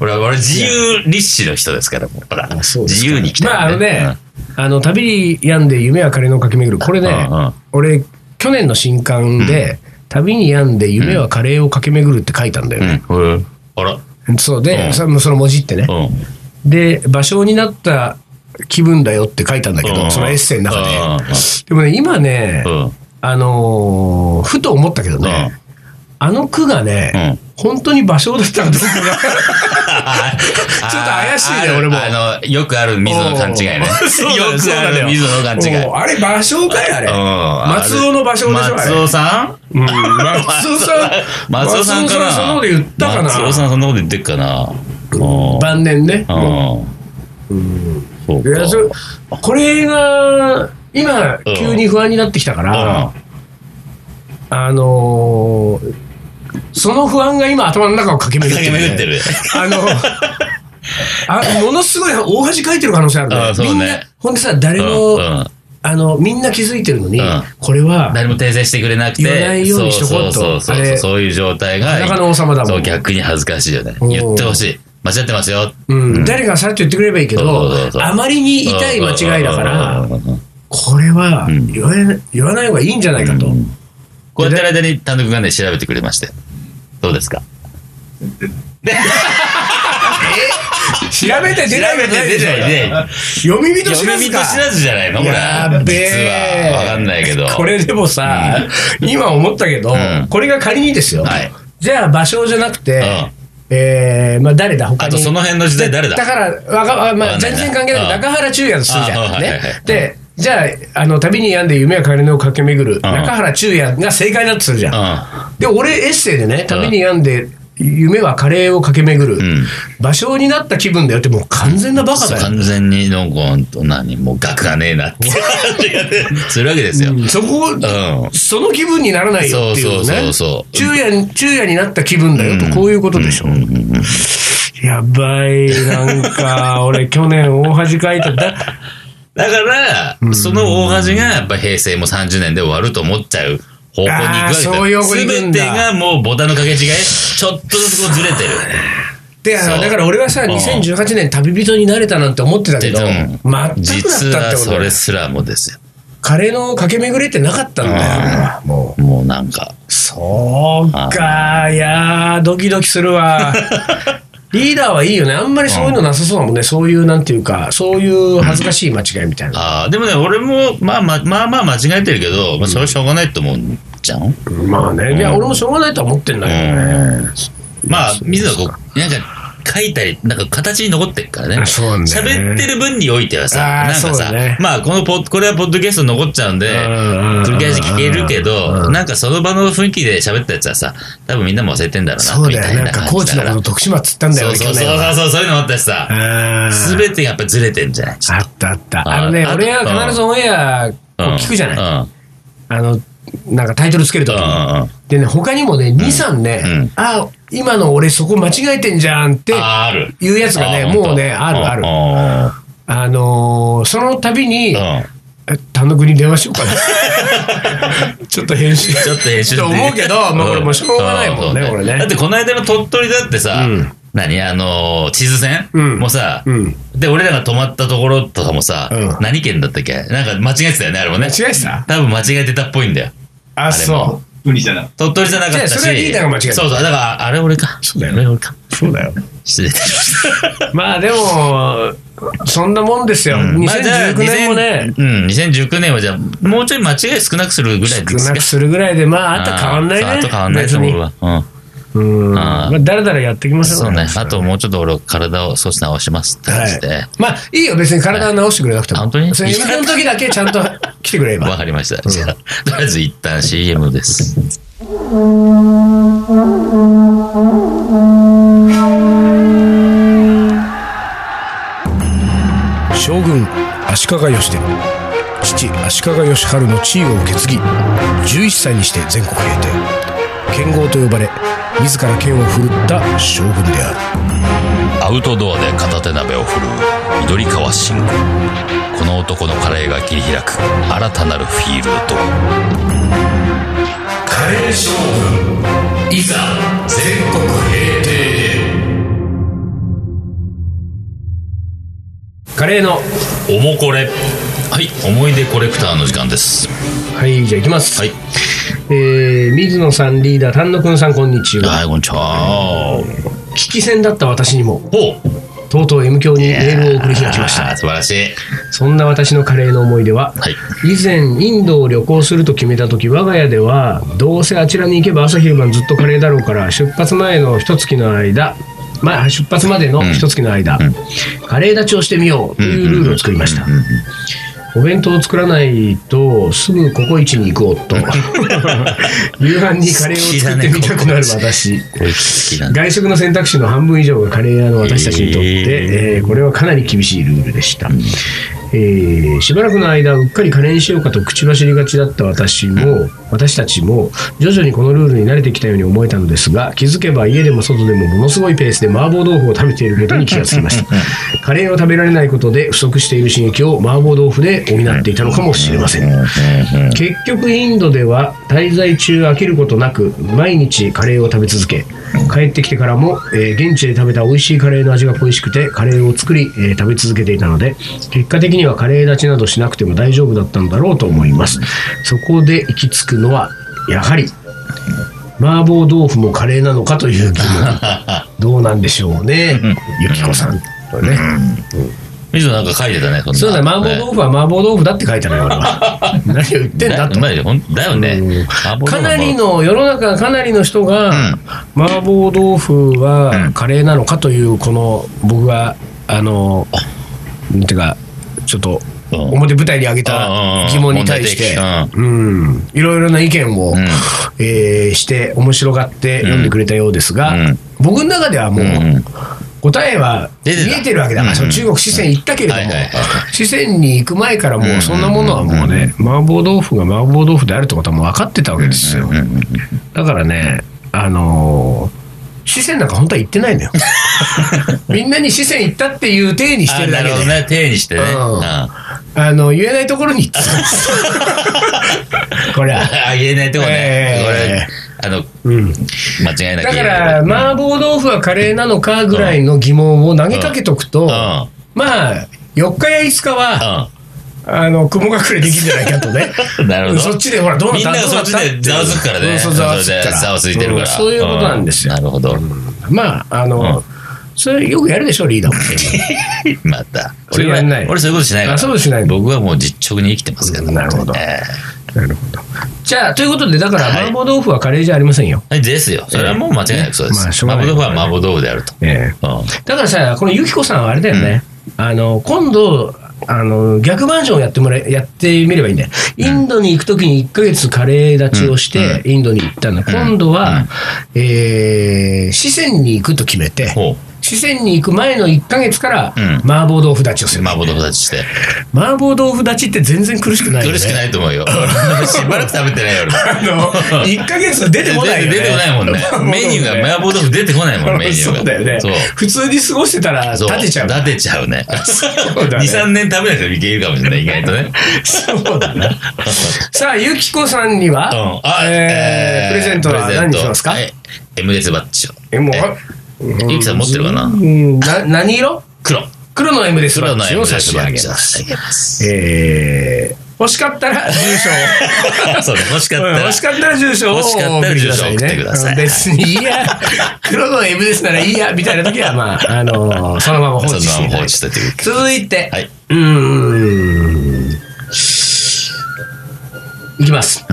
[SPEAKER 2] 俺、俺、自由立志の人ですから、もうほら。
[SPEAKER 1] あそうですか
[SPEAKER 2] 自由に来たい
[SPEAKER 1] まあ、あのね、あの、旅に病んで夢は彼の駆け巡る。これね、
[SPEAKER 2] うんうん
[SPEAKER 1] 俺、去年の新刊で、旅に病んで夢はカレーを駆け巡るって書いたんだよ
[SPEAKER 2] うん。う
[SPEAKER 1] ね。
[SPEAKER 2] んほう。あら。
[SPEAKER 1] そうで、
[SPEAKER 2] うん
[SPEAKER 1] それもその文字ってね。
[SPEAKER 2] うん。
[SPEAKER 1] で、芭蕉になった気分だよって書いたんだけど、
[SPEAKER 2] うん
[SPEAKER 1] そのエッセイの中
[SPEAKER 2] うん
[SPEAKER 1] で。でもね、今ね、
[SPEAKER 2] うん。
[SPEAKER 1] あのーふと思ったけどね、あの句がね、本当に芭蕉だったかどうかが <laughs>
[SPEAKER 2] ちょっ
[SPEAKER 1] と怪しいね俺も
[SPEAKER 2] あの、よくある水野の勘違いね。よ
[SPEAKER 1] おう <laughs> そうだよ
[SPEAKER 2] くある水野の勘違い。
[SPEAKER 1] もうあれ芭蕉かいあれ、
[SPEAKER 2] うん
[SPEAKER 1] 松尾の場所でしょあれ
[SPEAKER 2] 松尾さん
[SPEAKER 1] うん松尾さん
[SPEAKER 2] <laughs> 松尾さんかな
[SPEAKER 1] 松尾さんそんなこと言ったかな
[SPEAKER 2] 松尾さんそんなこと言ってっかなうん
[SPEAKER 1] 晩年ね、
[SPEAKER 2] うんそう
[SPEAKER 1] いや
[SPEAKER 2] か
[SPEAKER 1] それこれが今
[SPEAKER 2] うん
[SPEAKER 1] 急に不安になってきたから、あのーその不安が今頭の中を駆け
[SPEAKER 2] うん
[SPEAKER 1] 巡って
[SPEAKER 2] 駆け巡ってる。
[SPEAKER 1] あのあものすごい大恥かいてる可能性あるね
[SPEAKER 2] あそうね
[SPEAKER 1] みんなほんでさ誰も、
[SPEAKER 2] うんうん
[SPEAKER 1] あのみんな気づいてるのに、
[SPEAKER 2] うん
[SPEAKER 1] これは
[SPEAKER 2] 誰も訂正してくれなくて。
[SPEAKER 1] 言わないようにしとこうと
[SPEAKER 2] そうそうそ
[SPEAKER 1] あ
[SPEAKER 2] うそう。
[SPEAKER 1] れ
[SPEAKER 2] そういう状態が。
[SPEAKER 1] 裸の王様だもん
[SPEAKER 2] そう、逆に恥ずかしいよね。
[SPEAKER 1] うん
[SPEAKER 2] 言ってほしい。間違ってますよ。
[SPEAKER 1] うん誰かがさっと言ってくれればいいけど
[SPEAKER 2] そうそうそうそう
[SPEAKER 1] あまりに痛い間違いだから、
[SPEAKER 2] うんうんうんうんうん
[SPEAKER 1] これは
[SPEAKER 2] うん
[SPEAKER 1] 言わ,、言わない方がいいんじゃないかと、
[SPEAKER 2] うんこうやってる間に単独がね、調べてくれまして。どうですか
[SPEAKER 1] 調べて出ないわけないでしょ
[SPEAKER 2] 調べて出ないね
[SPEAKER 1] 読み人知ら
[SPEAKER 2] 読み
[SPEAKER 1] ず
[SPEAKER 2] 人
[SPEAKER 1] か
[SPEAKER 2] 知らずじゃないのこれ。
[SPEAKER 1] やべえ
[SPEAKER 2] 実は。わかんないけど。
[SPEAKER 1] これでもさ、今思ったけど、
[SPEAKER 2] うん
[SPEAKER 1] これが仮にですよ、
[SPEAKER 2] はい
[SPEAKER 1] じゃあ場所じゃなくて、
[SPEAKER 2] うん
[SPEAKER 1] えーまあ、誰だ他に
[SPEAKER 2] あとその辺の時代誰だ
[SPEAKER 1] だからわか、ま
[SPEAKER 2] わか
[SPEAKER 1] あ、
[SPEAKER 2] んない
[SPEAKER 1] 全
[SPEAKER 2] な
[SPEAKER 1] 然関係なく
[SPEAKER 2] うん
[SPEAKER 1] 中原中也とするじ
[SPEAKER 2] あ
[SPEAKER 1] ゃ
[SPEAKER 2] うん
[SPEAKER 1] ん、ね
[SPEAKER 2] はいはいはい
[SPEAKER 1] でじゃああの旅に病んで夢は鐘を駆け巡る、中原中也が正解だとするじゃん、
[SPEAKER 2] う
[SPEAKER 1] で俺エッセイでね旅に病んで夢はカレーを駆け巡る、
[SPEAKER 2] ん
[SPEAKER 1] 場所になった気分だよってもう完全なバカ
[SPEAKER 2] そう
[SPEAKER 1] だよ、
[SPEAKER 2] 完全になんかほんと何もう額がねえなって <laughs> 感じがねするわけですよ。うん。
[SPEAKER 1] そこ、その気分にならないよっていうのね
[SPEAKER 2] そうそうそうそう
[SPEAKER 1] 昼夜に昼夜になった気分だよとこういうことでしょ、
[SPEAKER 2] うんうんうん
[SPEAKER 1] やばいなんか <laughs> 俺去年大恥かいただ
[SPEAKER 2] だから、その大恥がやっぱ平成も30年で終わると思っちゃう方向に行くわけです
[SPEAKER 1] あーそういう方向に行くん
[SPEAKER 2] 全
[SPEAKER 1] だ
[SPEAKER 2] てがもうボタンの掛け違い、ちょっとずつこうずれてる。
[SPEAKER 1] であの
[SPEAKER 2] そう
[SPEAKER 1] だから俺はさ
[SPEAKER 2] うん
[SPEAKER 1] 2018年旅人になれたなんて思ってたけど全
[SPEAKER 2] で
[SPEAKER 1] くなったって
[SPEAKER 2] 実
[SPEAKER 1] こ
[SPEAKER 2] は
[SPEAKER 1] とだ
[SPEAKER 2] そ
[SPEAKER 1] よ
[SPEAKER 2] れすらもですよ。
[SPEAKER 1] カレーの駆け巡れてなかったんだよ俺はも
[SPEAKER 2] もうなんか。
[SPEAKER 1] うそうかいやードキドキする
[SPEAKER 2] <laughs>
[SPEAKER 1] わリーダーはいいよねあんまりそういうのなさそうだもんねそういうなんていうかそういう恥ずかしい間違いみたいな
[SPEAKER 2] ああ、でもね、俺も、まあまあ、まあまあ間違えてるけど、まあ、それはしょうがないと思うじゃん。
[SPEAKER 1] まあね、いや、俺もしょうがないとは思ってんだけどね。
[SPEAKER 2] まあ、水野はこう、なんか、書いたり、なんか形に残ってるからね。
[SPEAKER 1] あそうなんだよね
[SPEAKER 2] 喋ってる分においてはさ、
[SPEAKER 1] あー
[SPEAKER 2] なんか
[SPEAKER 1] そう
[SPEAKER 2] さ、
[SPEAKER 1] だね
[SPEAKER 2] まあ、このポッ、これはポッドキャストに残っちゃうんで、
[SPEAKER 1] うん
[SPEAKER 2] 繰り返し聞けるけど、なんかその場の雰囲気で喋ったやつはさ、多分みんなも忘れてんだろう
[SPEAKER 1] そ
[SPEAKER 2] な、
[SPEAKER 1] う
[SPEAKER 2] み
[SPEAKER 1] だ
[SPEAKER 2] た
[SPEAKER 1] よ
[SPEAKER 2] い
[SPEAKER 1] ね。な
[SPEAKER 2] なん
[SPEAKER 1] か、
[SPEAKER 2] 感
[SPEAKER 1] 高
[SPEAKER 2] じ
[SPEAKER 1] 知
[SPEAKER 2] だ
[SPEAKER 1] だ
[SPEAKER 2] か。
[SPEAKER 1] からら
[SPEAKER 2] そう
[SPEAKER 1] 徳島っつったんだよ
[SPEAKER 2] そう
[SPEAKER 1] ね、去
[SPEAKER 2] そうそう
[SPEAKER 1] 年は。
[SPEAKER 2] そう、そういうのもあったしさ、
[SPEAKER 1] あ
[SPEAKER 2] すべてがやっぱずれてんじゃない
[SPEAKER 1] ーあったあった。
[SPEAKER 2] あ
[SPEAKER 1] あのね、
[SPEAKER 2] あと
[SPEAKER 1] 俺は必ずオンエア
[SPEAKER 2] うん
[SPEAKER 1] こう聞くじゃ
[SPEAKER 2] う
[SPEAKER 1] ない。
[SPEAKER 2] ん。
[SPEAKER 1] あの、なんかタイトルつけるとき
[SPEAKER 2] うんうん
[SPEAKER 1] でね、他にもね、2、3ね
[SPEAKER 2] うん、
[SPEAKER 1] あ、今の俺そこ間違えてんじゃんって
[SPEAKER 2] あーある。
[SPEAKER 1] いうやつがね、
[SPEAKER 2] あー
[SPEAKER 1] もうね、あるある。
[SPEAKER 2] る。
[SPEAKER 1] あのー、その度に、
[SPEAKER 2] うん
[SPEAKER 1] え単独に電話しようか <laughs> な。ちょっと編集。
[SPEAKER 2] ちょっと編集
[SPEAKER 1] と思うけど、まあ、俺もうしょうがないもんね、
[SPEAKER 2] こ
[SPEAKER 1] これ
[SPEAKER 2] れ
[SPEAKER 1] ね
[SPEAKER 2] だっ。てこの間の鳥取だって
[SPEAKER 1] う
[SPEAKER 2] さ、
[SPEAKER 1] ん
[SPEAKER 2] 何あのー地図線、
[SPEAKER 1] うん
[SPEAKER 2] もうさ、
[SPEAKER 1] うん
[SPEAKER 2] で、俺らが泊まったところとかもさ、
[SPEAKER 1] うん
[SPEAKER 2] 何県だったっけなんか間違えてたよね、あれもね。
[SPEAKER 1] 間違えてた
[SPEAKER 2] 多分間違えてたっぽいんだよ。
[SPEAKER 1] あ、そ
[SPEAKER 3] 無理じゃない。
[SPEAKER 2] 鳥取じゃなかったし。
[SPEAKER 1] じゃあそれはリーダーが間違えてた
[SPEAKER 2] そうそう、だから、あれ俺か。
[SPEAKER 1] そうだよ
[SPEAKER 2] あれ俺か。
[SPEAKER 1] う。そうだよ。
[SPEAKER 2] 失礼いたしました。
[SPEAKER 1] <laughs> まあでも、そんなもんですよ。
[SPEAKER 2] まあじゃあ
[SPEAKER 1] 2019年もね、
[SPEAKER 2] 2000うん、2019年はじゃあ、もうちょい間違い少なくするぐらい
[SPEAKER 1] 少
[SPEAKER 2] です
[SPEAKER 1] な
[SPEAKER 2] か
[SPEAKER 1] く。するぐらいで、まあ、あと変わんない
[SPEAKER 2] あー
[SPEAKER 1] ね。
[SPEAKER 2] あと変わんないと思う
[SPEAKER 1] 別
[SPEAKER 2] わ。うん。
[SPEAKER 1] にうん。
[SPEAKER 2] あー
[SPEAKER 1] まあ、だらだらやってきます
[SPEAKER 2] そ
[SPEAKER 1] よ
[SPEAKER 2] うね。あともうちょっと俺体を少し直しますって
[SPEAKER 1] は
[SPEAKER 2] 感じ
[SPEAKER 1] い
[SPEAKER 2] で。。
[SPEAKER 1] まあ、いいよ、別に体は治してくれなくても。
[SPEAKER 2] あ本当に
[SPEAKER 1] それ、イベントの時だけちゃん
[SPEAKER 2] <laughs>
[SPEAKER 1] と来てくれれ
[SPEAKER 2] わ
[SPEAKER 1] ば。
[SPEAKER 2] かりました。じゃあ、とりあえず一旦 CM です。
[SPEAKER 1] 将軍、足利義で父、足利義晴の地位を受け継ぎ、11歳にして全国平定。剣豪と呼ばれ、自ら剣を振るった将軍である。
[SPEAKER 2] アウトドアで片手鍋を振るう緑川信吾この男のカレーが切り開く新たなるフィールドカレー将軍いざ全国平定
[SPEAKER 1] カレーの、
[SPEAKER 2] おもこれはい思い出コレクターの時間です
[SPEAKER 1] はい、じゃあ行きます。
[SPEAKER 2] はい
[SPEAKER 1] えー、水野さんリーダー丹野くんさんこんにちは
[SPEAKER 2] はいこんにちは
[SPEAKER 1] 危機戦だった私にも
[SPEAKER 2] ほう
[SPEAKER 1] とうとう M 教にメールを送る日が来まし
[SPEAKER 2] あー
[SPEAKER 1] た
[SPEAKER 2] 素晴らしい。
[SPEAKER 1] そんな私のカレーの思い出は、
[SPEAKER 2] はい。
[SPEAKER 1] 以前インドを旅行すると決めた時我が家ではどうせあちらに行けば朝昼晩ずっとカレーだろうから出発前の一月の間まあ、出発までの一月の間、カレー立ちをしてみようというルールを作りました、お弁当を作らないとすぐココイチに行こう <laughs> と夕飯にカレーを作ってみたくなる私、
[SPEAKER 2] これ好きなんだ。
[SPEAKER 1] 外食の選択肢の半分以上がカレー屋の私たちにとって、
[SPEAKER 2] へー
[SPEAKER 1] えーこれはかなり厳しいルールでした、えーしばらくの間うっかりカレーにしようかと口走りがちだった私も、私たちも徐々にこのルールに慣れてきたように思えたのですが気づけば家でも外でもものすごいペースで麻婆豆腐を食べていることに気がつきましたカレーを食べられないことで不足している刺激を麻婆豆腐で補っていたのかもしれません、結局インドでは滞在中飽きることなく毎日カレーを食べ続け帰ってきてからも、えー現地で食べた美味しいカレーの味が恋しくてカレーを作り、えー食べ続けていたので結果的にはカレー立ちなどしなくても大丈夫だったんだろうと思いますそこで行き着くのはやはり麻婆豆腐もカレーなのかという疑 <laughs> 問どうなんでしょうねゆきこさんとね
[SPEAKER 2] 水野なんか書いてたね、そんな
[SPEAKER 1] そうだね麻婆豆腐は麻婆豆腐だって書いてない俺 <laughs> は何を言ってんだ
[SPEAKER 2] だ
[SPEAKER 1] と
[SPEAKER 2] うまいよほんだよ
[SPEAKER 1] う
[SPEAKER 2] ね
[SPEAKER 1] ん。
[SPEAKER 2] 麻婆豆腐
[SPEAKER 1] かなりの世の中かなりの人が、麻婆豆腐はカレーなのかというこの僕があのなんていうかちょっと
[SPEAKER 2] うん
[SPEAKER 1] 表舞台に上げ
[SPEAKER 2] うんうんう
[SPEAKER 1] た
[SPEAKER 2] ん
[SPEAKER 1] 疑問に対して
[SPEAKER 2] 問題
[SPEAKER 1] うんいろいろな意見を、
[SPEAKER 2] ん
[SPEAKER 1] えーして面白がって読んでくれたようですが、
[SPEAKER 2] うん
[SPEAKER 1] 僕の中ではもう、
[SPEAKER 2] うんうん
[SPEAKER 1] 答えは見
[SPEAKER 2] 出てた
[SPEAKER 1] えてるわけだから、
[SPEAKER 2] うん
[SPEAKER 1] その中国四川行ったけれども、
[SPEAKER 2] はいはいはい
[SPEAKER 1] 四川に行く前からもうそんなものはもう
[SPEAKER 2] うんうん
[SPEAKER 1] ね、麻婆豆腐が麻婆豆腐であるってことはもう分かってたわけですよ、
[SPEAKER 2] うんうん
[SPEAKER 1] だからねあのー四川なんか本当は行ってない
[SPEAKER 2] <laughs>
[SPEAKER 1] のよみんなに四川行ったっていう体にして
[SPEAKER 2] あ
[SPEAKER 1] るだ
[SPEAKER 2] な
[SPEAKER 1] け
[SPEAKER 2] るほど
[SPEAKER 1] で
[SPEAKER 2] ね。手にしてね。
[SPEAKER 1] うん
[SPEAKER 2] あ
[SPEAKER 1] あの言えないところに行っ
[SPEAKER 2] <laughs>
[SPEAKER 1] てたんですよこれは
[SPEAKER 2] あ、言えないとこね。これ
[SPEAKER 1] え、
[SPEAKER 2] あの、
[SPEAKER 1] うん
[SPEAKER 2] 間違いな
[SPEAKER 1] だ
[SPEAKER 2] く言
[SPEAKER 1] か
[SPEAKER 2] えない
[SPEAKER 1] ら
[SPEAKER 2] とこ
[SPEAKER 1] 麻婆豆腐はカレーなのかぐらいの疑問を投げかけとくと、
[SPEAKER 2] うん
[SPEAKER 1] まあ4日や5日は、あの雲隠れできんじゃないかとね
[SPEAKER 2] <laughs> なるほど
[SPEAKER 1] そっちでほらどうな
[SPEAKER 2] みん
[SPEAKER 1] った
[SPEAKER 2] なが
[SPEAKER 1] どう
[SPEAKER 2] そ
[SPEAKER 1] な
[SPEAKER 2] っち
[SPEAKER 1] た
[SPEAKER 2] でざわつくからね。
[SPEAKER 1] そうそうざわつくから
[SPEAKER 2] ざわついてるから。
[SPEAKER 1] うんそういうことなんですよ
[SPEAKER 2] うなるほど。
[SPEAKER 1] まああの、それよくやるでしょリーダーも
[SPEAKER 2] <laughs> また。
[SPEAKER 1] それやんない
[SPEAKER 2] 俺そういうことしないから。
[SPEAKER 1] あそういうことしないの
[SPEAKER 2] 僕はもう実直に生きてますから。
[SPEAKER 1] うんなるほど
[SPEAKER 2] え
[SPEAKER 1] なるほどじゃあということでだから
[SPEAKER 2] はい
[SPEAKER 1] 麻婆豆腐はカレーじゃありませんよ、
[SPEAKER 2] えですよ。それはもう間違いなくそうで
[SPEAKER 1] まあしょう
[SPEAKER 2] す。
[SPEAKER 1] がない
[SPEAKER 2] 麻婆豆腐は麻婆豆腐であると。
[SPEAKER 1] ええ
[SPEAKER 2] うん
[SPEAKER 1] だからさこのゆきこさんはあれだよね、あの今度あの逆バージョンをやってもらえやってみればいいんだよインドに行く時に1ヶ月カレー立ちをしてインドに行ったんだ、今度は、えー四川に行くと決めて
[SPEAKER 2] ほう。
[SPEAKER 1] 四川に行く前の1ヶ月から
[SPEAKER 2] うん
[SPEAKER 1] 麻婆豆腐立ちをする、
[SPEAKER 2] 麻婆豆腐立ちして。
[SPEAKER 1] 麻婆豆腐立ちって全然苦しくないよね。
[SPEAKER 2] 苦しく
[SPEAKER 1] い。
[SPEAKER 2] ないと思うよ。 <laughs> しばらく食べてないよ。俺
[SPEAKER 1] あの、1ヶ
[SPEAKER 2] <laughs>
[SPEAKER 1] 月出てこ <laughs> ないよね。
[SPEAKER 2] 出てこないもんね。メニューが麻婆豆腐出てこないもん、メニュー
[SPEAKER 1] <laughs>
[SPEAKER 2] が。
[SPEAKER 1] そうだよね
[SPEAKER 2] そう。。
[SPEAKER 1] 普通に過ごしてたら
[SPEAKER 2] そう
[SPEAKER 1] 立てちゃう。
[SPEAKER 2] 立てちゃうね。
[SPEAKER 1] うだね
[SPEAKER 2] 二三年食べないといけるかもしれない、意外
[SPEAKER 1] <laughs>
[SPEAKER 2] とね。
[SPEAKER 1] そうだな。 <laughs> さあ、ゆきこさんに
[SPEAKER 2] う
[SPEAKER 1] は
[SPEAKER 2] ん、あ
[SPEAKER 1] えープレゼントは
[SPEAKER 2] プレゼ
[SPEAKER 1] 何
[SPEAKER 2] ント
[SPEAKER 1] にしますか
[SPEAKER 2] はい MS バッジを。
[SPEAKER 1] え、もう、
[SPEAKER 2] ゆきさん持ってるかな
[SPEAKER 1] うん、な、何色
[SPEAKER 2] 黒。
[SPEAKER 1] 黒の M です。
[SPEAKER 2] 黒の MS
[SPEAKER 1] を
[SPEAKER 2] バ
[SPEAKER 1] 差し上
[SPEAKER 2] ッ
[SPEAKER 1] げ
[SPEAKER 2] ジを
[SPEAKER 1] ま
[SPEAKER 2] 差し
[SPEAKER 1] す。
[SPEAKER 2] 上げます。
[SPEAKER 1] えー、欲しかったら、住所を。
[SPEAKER 2] そうね、欲しかっ
[SPEAKER 1] う
[SPEAKER 2] た
[SPEAKER 1] ん
[SPEAKER 2] ら。
[SPEAKER 1] 欲しかったら住所を
[SPEAKER 2] 欲しかったら住所を送ってください
[SPEAKER 1] うん別にいい
[SPEAKER 2] <laughs>
[SPEAKER 1] や、黒の M ですならいいや、みたいな時は、まあ、あのそのまま放置
[SPEAKER 2] そう
[SPEAKER 1] してい
[SPEAKER 2] そう、
[SPEAKER 1] ただい
[SPEAKER 2] 放置
[SPEAKER 1] て
[SPEAKER 2] しといてくだ
[SPEAKER 1] 続いて、
[SPEAKER 2] さい。はい。
[SPEAKER 1] うーん。いきます。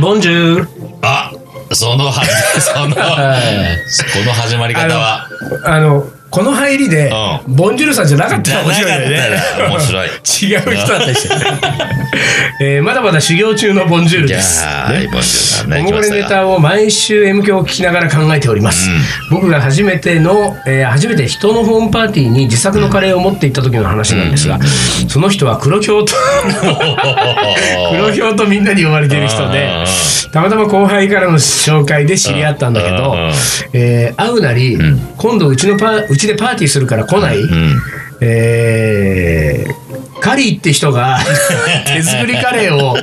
[SPEAKER 1] ボンジュール。
[SPEAKER 2] あそのは、
[SPEAKER 1] <laughs>
[SPEAKER 2] その、この始まり方は。
[SPEAKER 1] あの、この入りで、ボンジュールさんじゃなかったら面白いよ
[SPEAKER 2] じゃな
[SPEAKER 1] ね
[SPEAKER 2] かったら。面白い
[SPEAKER 1] 違う人だったりして。 <laughs> えーまだまだ修行中のボンジュール
[SPEAKER 2] じゃ
[SPEAKER 1] です。
[SPEAKER 2] あ、はい、ボンジュールさんね、
[SPEAKER 1] お
[SPEAKER 2] 来
[SPEAKER 1] もこ
[SPEAKER 2] ま
[SPEAKER 1] れ
[SPEAKER 2] した
[SPEAKER 1] ネ
[SPEAKER 2] が
[SPEAKER 1] タを毎週 M 響を聞きながら考えております、僕が初めての、えー初めて人のホームパーティーに自作のカレーを持って行った時の話なんですが、その人は黒ひょうと
[SPEAKER 2] <laughs>
[SPEAKER 1] 黒ひょうとみんなに呼ばれてる人で
[SPEAKER 2] うんうんうん
[SPEAKER 1] たまたま後輩からの紹介で知り合ったんだけど
[SPEAKER 2] うんうんうん、
[SPEAKER 1] えー会うなり、今度うちのパーうちでパーティーするから来ない、
[SPEAKER 2] うん。
[SPEAKER 1] えーカリーって人
[SPEAKER 2] <laughs>
[SPEAKER 1] が手作りカレーを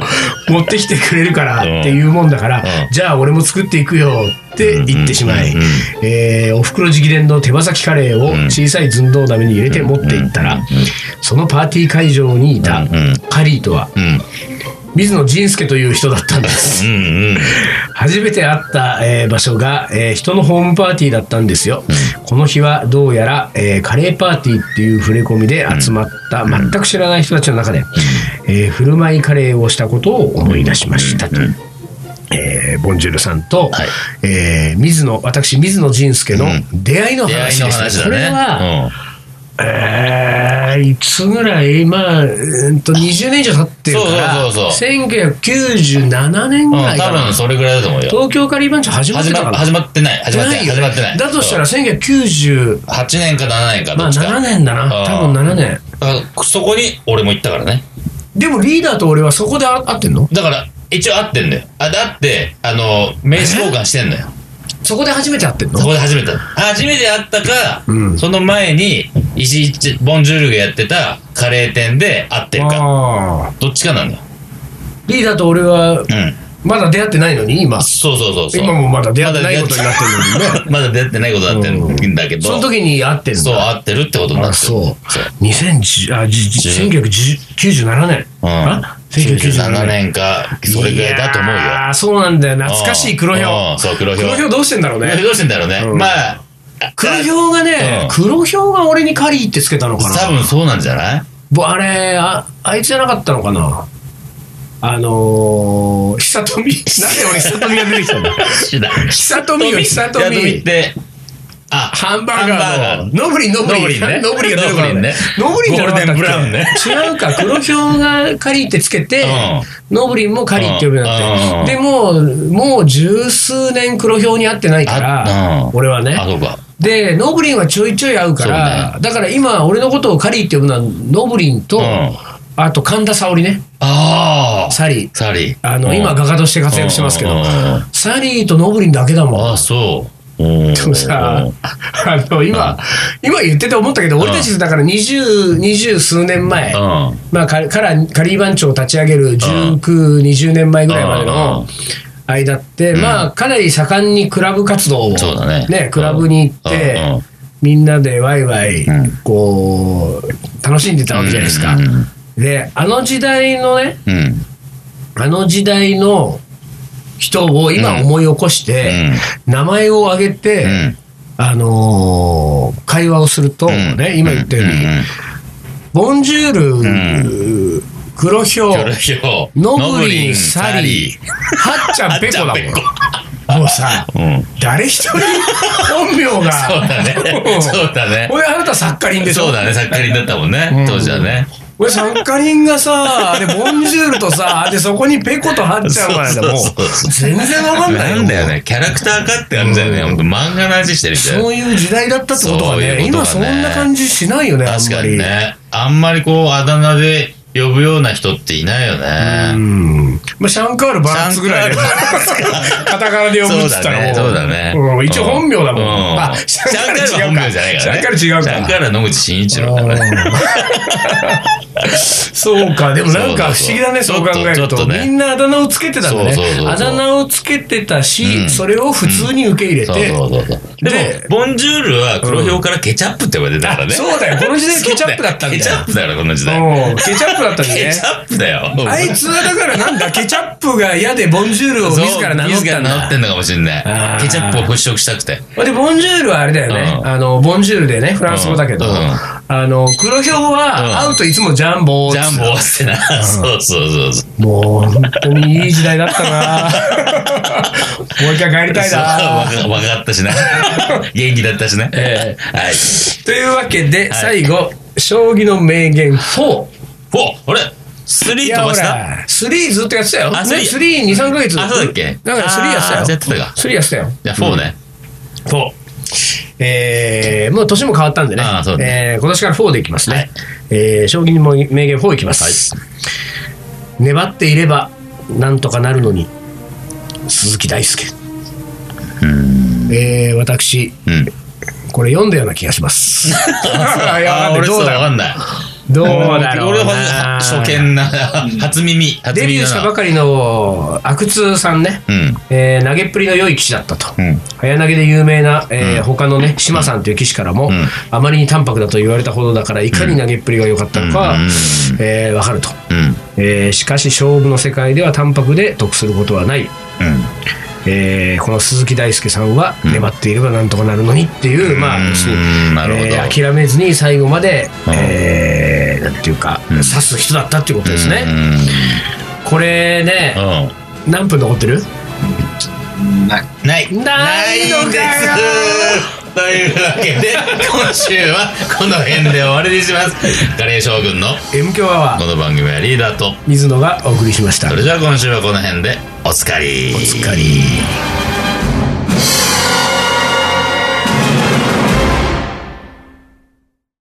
[SPEAKER 1] 持ってきてくれるからっていうもんだから、
[SPEAKER 2] うん
[SPEAKER 1] じゃあ俺も作っていくよって言ってしまい、
[SPEAKER 2] うんうんうん
[SPEAKER 1] えーおふくろ直伝の手羽先カレーを小さい寸胴鍋に入れて持っていったら、そのパーティー会場にいた
[SPEAKER 2] うんうん
[SPEAKER 1] カリーとは
[SPEAKER 2] うん。
[SPEAKER 1] 水野仁介という人だったんです
[SPEAKER 2] うんうん。
[SPEAKER 1] 初めて会った、えー場所が、えー人のホームパーティーだったんですよ、この日はどうやら、えーカレーパーティーっていう触れ込みで集まった、全く知らない人たちの中で、えー振る舞いカレーをしたことを思い出しましたと、えーボンジュールさんと、
[SPEAKER 2] はい
[SPEAKER 1] えー水野私水野仁介の出会いの
[SPEAKER 2] 出会
[SPEAKER 1] 話
[SPEAKER 2] いの
[SPEAKER 1] ですね、
[SPEAKER 2] 話
[SPEAKER 1] これは、
[SPEAKER 2] だね。
[SPEAKER 1] えーいつぐらい、まあ、えーっと、20年以上経ってるから、
[SPEAKER 2] そうそうそうそ
[SPEAKER 1] 1997年
[SPEAKER 2] う
[SPEAKER 1] ぐ
[SPEAKER 2] ん。う
[SPEAKER 1] ら
[SPEAKER 2] ん。
[SPEAKER 1] いか
[SPEAKER 2] 多
[SPEAKER 1] な。
[SPEAKER 2] 分それぐらいだと思うよ。
[SPEAKER 1] 東京カリー番長始まって
[SPEAKER 2] 始
[SPEAKER 1] たか
[SPEAKER 2] ま
[SPEAKER 1] ら。
[SPEAKER 2] 始まってない。始まってない。
[SPEAKER 1] よ
[SPEAKER 2] 始まってない。
[SPEAKER 1] だとしたら、1998
[SPEAKER 2] 8年か7年かど
[SPEAKER 1] ま
[SPEAKER 2] っ
[SPEAKER 1] あ、
[SPEAKER 2] ちか。
[SPEAKER 1] 7年だな。多分
[SPEAKER 2] な。
[SPEAKER 1] 7年。
[SPEAKER 2] だからそこに俺も行ったからね。
[SPEAKER 1] でもリーダーと俺はそこで会会ってんの
[SPEAKER 2] だから、一応会ってんだよ。あ、だって、あの、名刺交換してんのよ。
[SPEAKER 1] そこで初めて会ってんの
[SPEAKER 2] そこで初めて。初めて会ったか、
[SPEAKER 1] うん
[SPEAKER 2] その前に、石井ボンジュールがやってたカレー店で会ってるか。
[SPEAKER 1] あ
[SPEAKER 2] どっちかなんだよ。
[SPEAKER 1] ーリーダーと俺は
[SPEAKER 2] う、ん。
[SPEAKER 1] まだ出会ってないのに、今。
[SPEAKER 2] そうそうそうそう。
[SPEAKER 1] 今もまだ出会ってないことになってるのにね。
[SPEAKER 2] <laughs> まだ出会ってないことになってるんだけど。
[SPEAKER 1] その時に会ってるんだ
[SPEAKER 2] そう、会ってるってことにな
[SPEAKER 1] あ
[SPEAKER 2] ってる。
[SPEAKER 1] そう2010あじじ1997年、
[SPEAKER 2] うん
[SPEAKER 1] あ。
[SPEAKER 2] 97年か、それぐらいだと思うよ。
[SPEAKER 1] ああそうなんだよ懐かしい黒ひょ
[SPEAKER 2] うんうんそう、黒ひょう。
[SPEAKER 1] 黒ひょうどうしてんだろう
[SPEAKER 2] 黒ひょう
[SPEAKER 1] ね
[SPEAKER 2] どうしてんだろうね。
[SPEAKER 1] うん
[SPEAKER 2] まあ、
[SPEAKER 1] 黒ひょうがね、
[SPEAKER 2] うん
[SPEAKER 1] 黒ひょうが俺にカリーってつけたのかな
[SPEAKER 2] 多分そうなんじゃない
[SPEAKER 1] ぼあれああいつじゃなかったのかなあのー、久富
[SPEAKER 2] <laughs>
[SPEAKER 1] なんで俺久富が出てきたんだ
[SPEAKER 2] 知らん
[SPEAKER 1] 久富よ久富
[SPEAKER 2] 久富って、あ、
[SPEAKER 1] ハンバーガ
[SPEAKER 2] ハ
[SPEAKER 1] ー
[SPEAKER 2] ンバ
[SPEAKER 1] のノブリンノブリン
[SPEAKER 2] ノブリンね
[SPEAKER 1] ノブリンが出てこない
[SPEAKER 2] ノ
[SPEAKER 1] ノ
[SPEAKER 2] ブ
[SPEAKER 1] ブ
[SPEAKER 2] リ
[SPEAKER 1] リ
[SPEAKER 2] ンね
[SPEAKER 1] ンじゃなかったっけ
[SPEAKER 2] ゴールデンブラウンね
[SPEAKER 1] 違うか黒ひょうがカリーってつけて、
[SPEAKER 2] う
[SPEAKER 1] ノブリンもカリーって呼ぶようになって、
[SPEAKER 2] う
[SPEAKER 1] でもうもう十数年黒ひょうに会ってないから、
[SPEAKER 2] あうん
[SPEAKER 1] 俺はね
[SPEAKER 2] あ、そうか。
[SPEAKER 1] でノブリンはちょいちょい会うから
[SPEAKER 2] そう
[SPEAKER 1] だ,、から今俺のことをカリーって呼ぶのはノブリンと、
[SPEAKER 2] うん
[SPEAKER 1] あと神田沙織ね
[SPEAKER 2] ああ。
[SPEAKER 1] サリー
[SPEAKER 2] サリー。
[SPEAKER 1] あの、
[SPEAKER 2] うん
[SPEAKER 1] 今画家として活躍してますけど、
[SPEAKER 2] うんうんうん
[SPEAKER 1] サリーとノブリンだけだもん
[SPEAKER 2] ああ、そう。うん
[SPEAKER 1] でもさ、
[SPEAKER 2] うん
[SPEAKER 1] あの、今、今言ってて思ったけど、俺たちだから二十、二十数年前、
[SPEAKER 2] うん。
[SPEAKER 1] まあ、カからカリー番長を立ち上げる19、20年前ぐらいまで
[SPEAKER 2] うん
[SPEAKER 1] の間って、まあ、かなり盛んにクラブ活動を、
[SPEAKER 2] そうだね
[SPEAKER 1] クラブに行っ
[SPEAKER 2] うんうん
[SPEAKER 1] て、みんなでワイワイ
[SPEAKER 2] うん、
[SPEAKER 1] こう、楽しんでたわけじゃないですか
[SPEAKER 2] うんうん。
[SPEAKER 1] で、あの時代のね、
[SPEAKER 2] うん。
[SPEAKER 1] あの時代の人を今思い起こして、名前を挙げて、
[SPEAKER 2] うん
[SPEAKER 1] あのー会話をすると、ね、今言ったように、
[SPEAKER 2] んん
[SPEAKER 1] ボンジュール、黒ひょう、
[SPEAKER 2] 黒ひょう。
[SPEAKER 1] ノブリン、サリー、はっちゃん、ペコだも
[SPEAKER 2] あっちゃんペ
[SPEAKER 1] ん。もうさ、
[SPEAKER 2] うん。
[SPEAKER 1] 誰一人本名が。
[SPEAKER 2] そうだね。そうだね。
[SPEAKER 1] 俺、あなたサッカリンでしょ
[SPEAKER 2] そうだね。サッカリンだったもんね。当時はね。
[SPEAKER 1] 俺、サッカリンが
[SPEAKER 2] <laughs>
[SPEAKER 1] さ、で、ボンジュールとさ、で、そこにペコとハッちゃんがでもう
[SPEAKER 2] そうそうそう
[SPEAKER 1] 全然わかんない
[SPEAKER 2] な
[SPEAKER 1] よ
[SPEAKER 2] ん。だよね。キャラクター化って感じだよね。ほんと漫画の味してるみたいな
[SPEAKER 1] そういう時代だったってことがね、
[SPEAKER 2] そういうこと
[SPEAKER 1] 今
[SPEAKER 2] がね
[SPEAKER 1] そんな感じしないよね、あん
[SPEAKER 2] 確
[SPEAKER 1] ま
[SPEAKER 2] か
[SPEAKER 1] り。
[SPEAKER 2] にね。あんまりこう、あだ名で呼ぶような人っていないよ
[SPEAKER 1] う
[SPEAKER 2] ね。
[SPEAKER 1] ん。まあ、シャンカール・バランツぐらいで。
[SPEAKER 2] シャンカ
[SPEAKER 1] カタカナで呼ぶっつったらもう。
[SPEAKER 2] そうだね。そうだ
[SPEAKER 1] う
[SPEAKER 2] ね
[SPEAKER 1] ん一応本名だもん。
[SPEAKER 2] う
[SPEAKER 1] あ、
[SPEAKER 2] シ
[SPEAKER 1] シャ
[SPEAKER 2] ャン
[SPEAKER 1] ンカ
[SPEAKER 2] カール
[SPEAKER 1] ー
[SPEAKER 2] は
[SPEAKER 1] ル違
[SPEAKER 2] 本
[SPEAKER 1] うか。
[SPEAKER 2] 名じゃないからね。
[SPEAKER 1] シャンカール違うか。
[SPEAKER 2] シャンカールは野口真一郎だからね。
[SPEAKER 1] うん <laughs> そうか、でもなんか不思議だね、
[SPEAKER 2] そう
[SPEAKER 1] そ
[SPEAKER 2] そうう
[SPEAKER 1] 考え
[SPEAKER 2] ちょ
[SPEAKER 1] る
[SPEAKER 2] っとちょっ
[SPEAKER 1] と。
[SPEAKER 2] とね
[SPEAKER 1] みんなあだ名をつけてたんだね
[SPEAKER 2] そうそうそうそう。
[SPEAKER 1] あだ名をつけてた
[SPEAKER 2] う
[SPEAKER 1] し、
[SPEAKER 2] ん
[SPEAKER 1] それを普通に受け入れ
[SPEAKER 2] そう
[SPEAKER 1] て。
[SPEAKER 2] そうそうそう。で
[SPEAKER 1] で
[SPEAKER 2] も、ボンジュールは黒ひょうからケチャップって呼ばれてたからね。
[SPEAKER 1] そうだよ、この時代ケチャップだったんだ
[SPEAKER 2] ケ
[SPEAKER 1] よ
[SPEAKER 2] チャッ。プだから、この時代。
[SPEAKER 1] うんケチャップだったんだ
[SPEAKER 2] ケ
[SPEAKER 1] ね
[SPEAKER 2] チ。ャップだよ。
[SPEAKER 1] あいつはだからなんだ、ケチャップが嫌でボンジュールを
[SPEAKER 2] そう
[SPEAKER 1] 自ら名乗っ
[SPEAKER 2] 自
[SPEAKER 1] た
[SPEAKER 2] ら
[SPEAKER 1] ん
[SPEAKER 2] 名乗っ
[SPEAKER 1] だ
[SPEAKER 2] て。んのかもしんな
[SPEAKER 1] あ
[SPEAKER 2] い。
[SPEAKER 1] ー
[SPEAKER 2] ケチャップを払拭したくて。
[SPEAKER 1] で、ボンジュールはあれだよね。
[SPEAKER 2] うん
[SPEAKER 1] あの、ボンジュールでね、フランス語だけど、
[SPEAKER 2] うんうん
[SPEAKER 1] あの、黒ひょうは
[SPEAKER 2] うん
[SPEAKER 1] 会うといつもジャンボーっ
[SPEAKER 2] ジ
[SPEAKER 1] つっ
[SPEAKER 2] ャ
[SPEAKER 1] て
[SPEAKER 2] ンボってな。 <laughs> そうそうそうそう。
[SPEAKER 1] もう本当にいい時代だった
[SPEAKER 2] <laughs>
[SPEAKER 1] なもう一回帰りたいな
[SPEAKER 2] そう若かっ
[SPEAKER 1] <laughs>
[SPEAKER 2] たしな。元気だったしな。
[SPEAKER 1] え
[SPEAKER 2] はい。
[SPEAKER 1] <laughs> というわけで、最後、将棋の名言4。
[SPEAKER 2] おあれ ?3
[SPEAKER 1] い
[SPEAKER 2] 飛
[SPEAKER 1] や、
[SPEAKER 2] ば
[SPEAKER 1] ほ
[SPEAKER 2] した
[SPEAKER 1] ら、3ずっとやってたよ。
[SPEAKER 2] あ
[SPEAKER 1] ね、
[SPEAKER 2] 3
[SPEAKER 1] 3、2、3ヶ月。
[SPEAKER 2] あそうだっけ
[SPEAKER 1] だから3やってた
[SPEAKER 2] あ
[SPEAKER 1] よ。
[SPEAKER 2] ーやってたか
[SPEAKER 1] 3やってたよ。
[SPEAKER 2] じゃあ4ね。
[SPEAKER 1] 4。えー、もう年も変わったんでね。
[SPEAKER 2] あーそうだ
[SPEAKER 1] えー今年から4でいきますね。
[SPEAKER 2] はい
[SPEAKER 1] えー将棋にも名言4いきます。粘っていれば、なんとかなるのに。鈴木大輔。えー、私、
[SPEAKER 2] うん。
[SPEAKER 1] これ読んだような気がします。いや
[SPEAKER 2] <laughs> あ
[SPEAKER 1] わかんない
[SPEAKER 2] 俺
[SPEAKER 1] どうだ
[SPEAKER 2] わ
[SPEAKER 1] ろ
[SPEAKER 2] かんない。
[SPEAKER 1] うどうだろう
[SPEAKER 2] 俺は
[SPEAKER 1] な
[SPEAKER 2] 初初見な、初耳。初耳だな
[SPEAKER 1] デビューしたばかりの阿久津さんね、
[SPEAKER 2] うん。
[SPEAKER 1] えー投げっぷりの良い棋士だったと、
[SPEAKER 2] うん
[SPEAKER 1] 早投げで有名な、えー他のね島さんという棋士からも、
[SPEAKER 2] ん
[SPEAKER 1] あまりに淡白だと言われたほどだからいかに投げっぷりが良かったのか、
[SPEAKER 2] うん
[SPEAKER 1] えー分かると、
[SPEAKER 2] うん。
[SPEAKER 1] えーしかし勝負の世界では淡白で得することはない、えーこの鈴木大輔さんは粘っていればなんとかなるのにっていう、まあ
[SPEAKER 2] うーん
[SPEAKER 1] 要するに
[SPEAKER 2] なるほど
[SPEAKER 1] えー諦めずに最後まで、
[SPEAKER 2] うん
[SPEAKER 1] えーなんていうか、
[SPEAKER 2] うん
[SPEAKER 1] 刺す人だったっていうことです
[SPEAKER 2] う
[SPEAKER 1] ね、
[SPEAKER 2] ん。
[SPEAKER 1] これね、
[SPEAKER 2] うん。
[SPEAKER 1] 何分残ってる
[SPEAKER 2] なない
[SPEAKER 1] ないのかよ
[SPEAKER 2] ないですというわけで今週はこの辺で終わりにしますカレー将軍の
[SPEAKER 1] ?M 強アワ
[SPEAKER 2] こ
[SPEAKER 1] ー
[SPEAKER 2] の番組はリーダーと
[SPEAKER 1] 水野がお送りしました
[SPEAKER 2] それじゃあ今週はこの辺でおつかりおつかり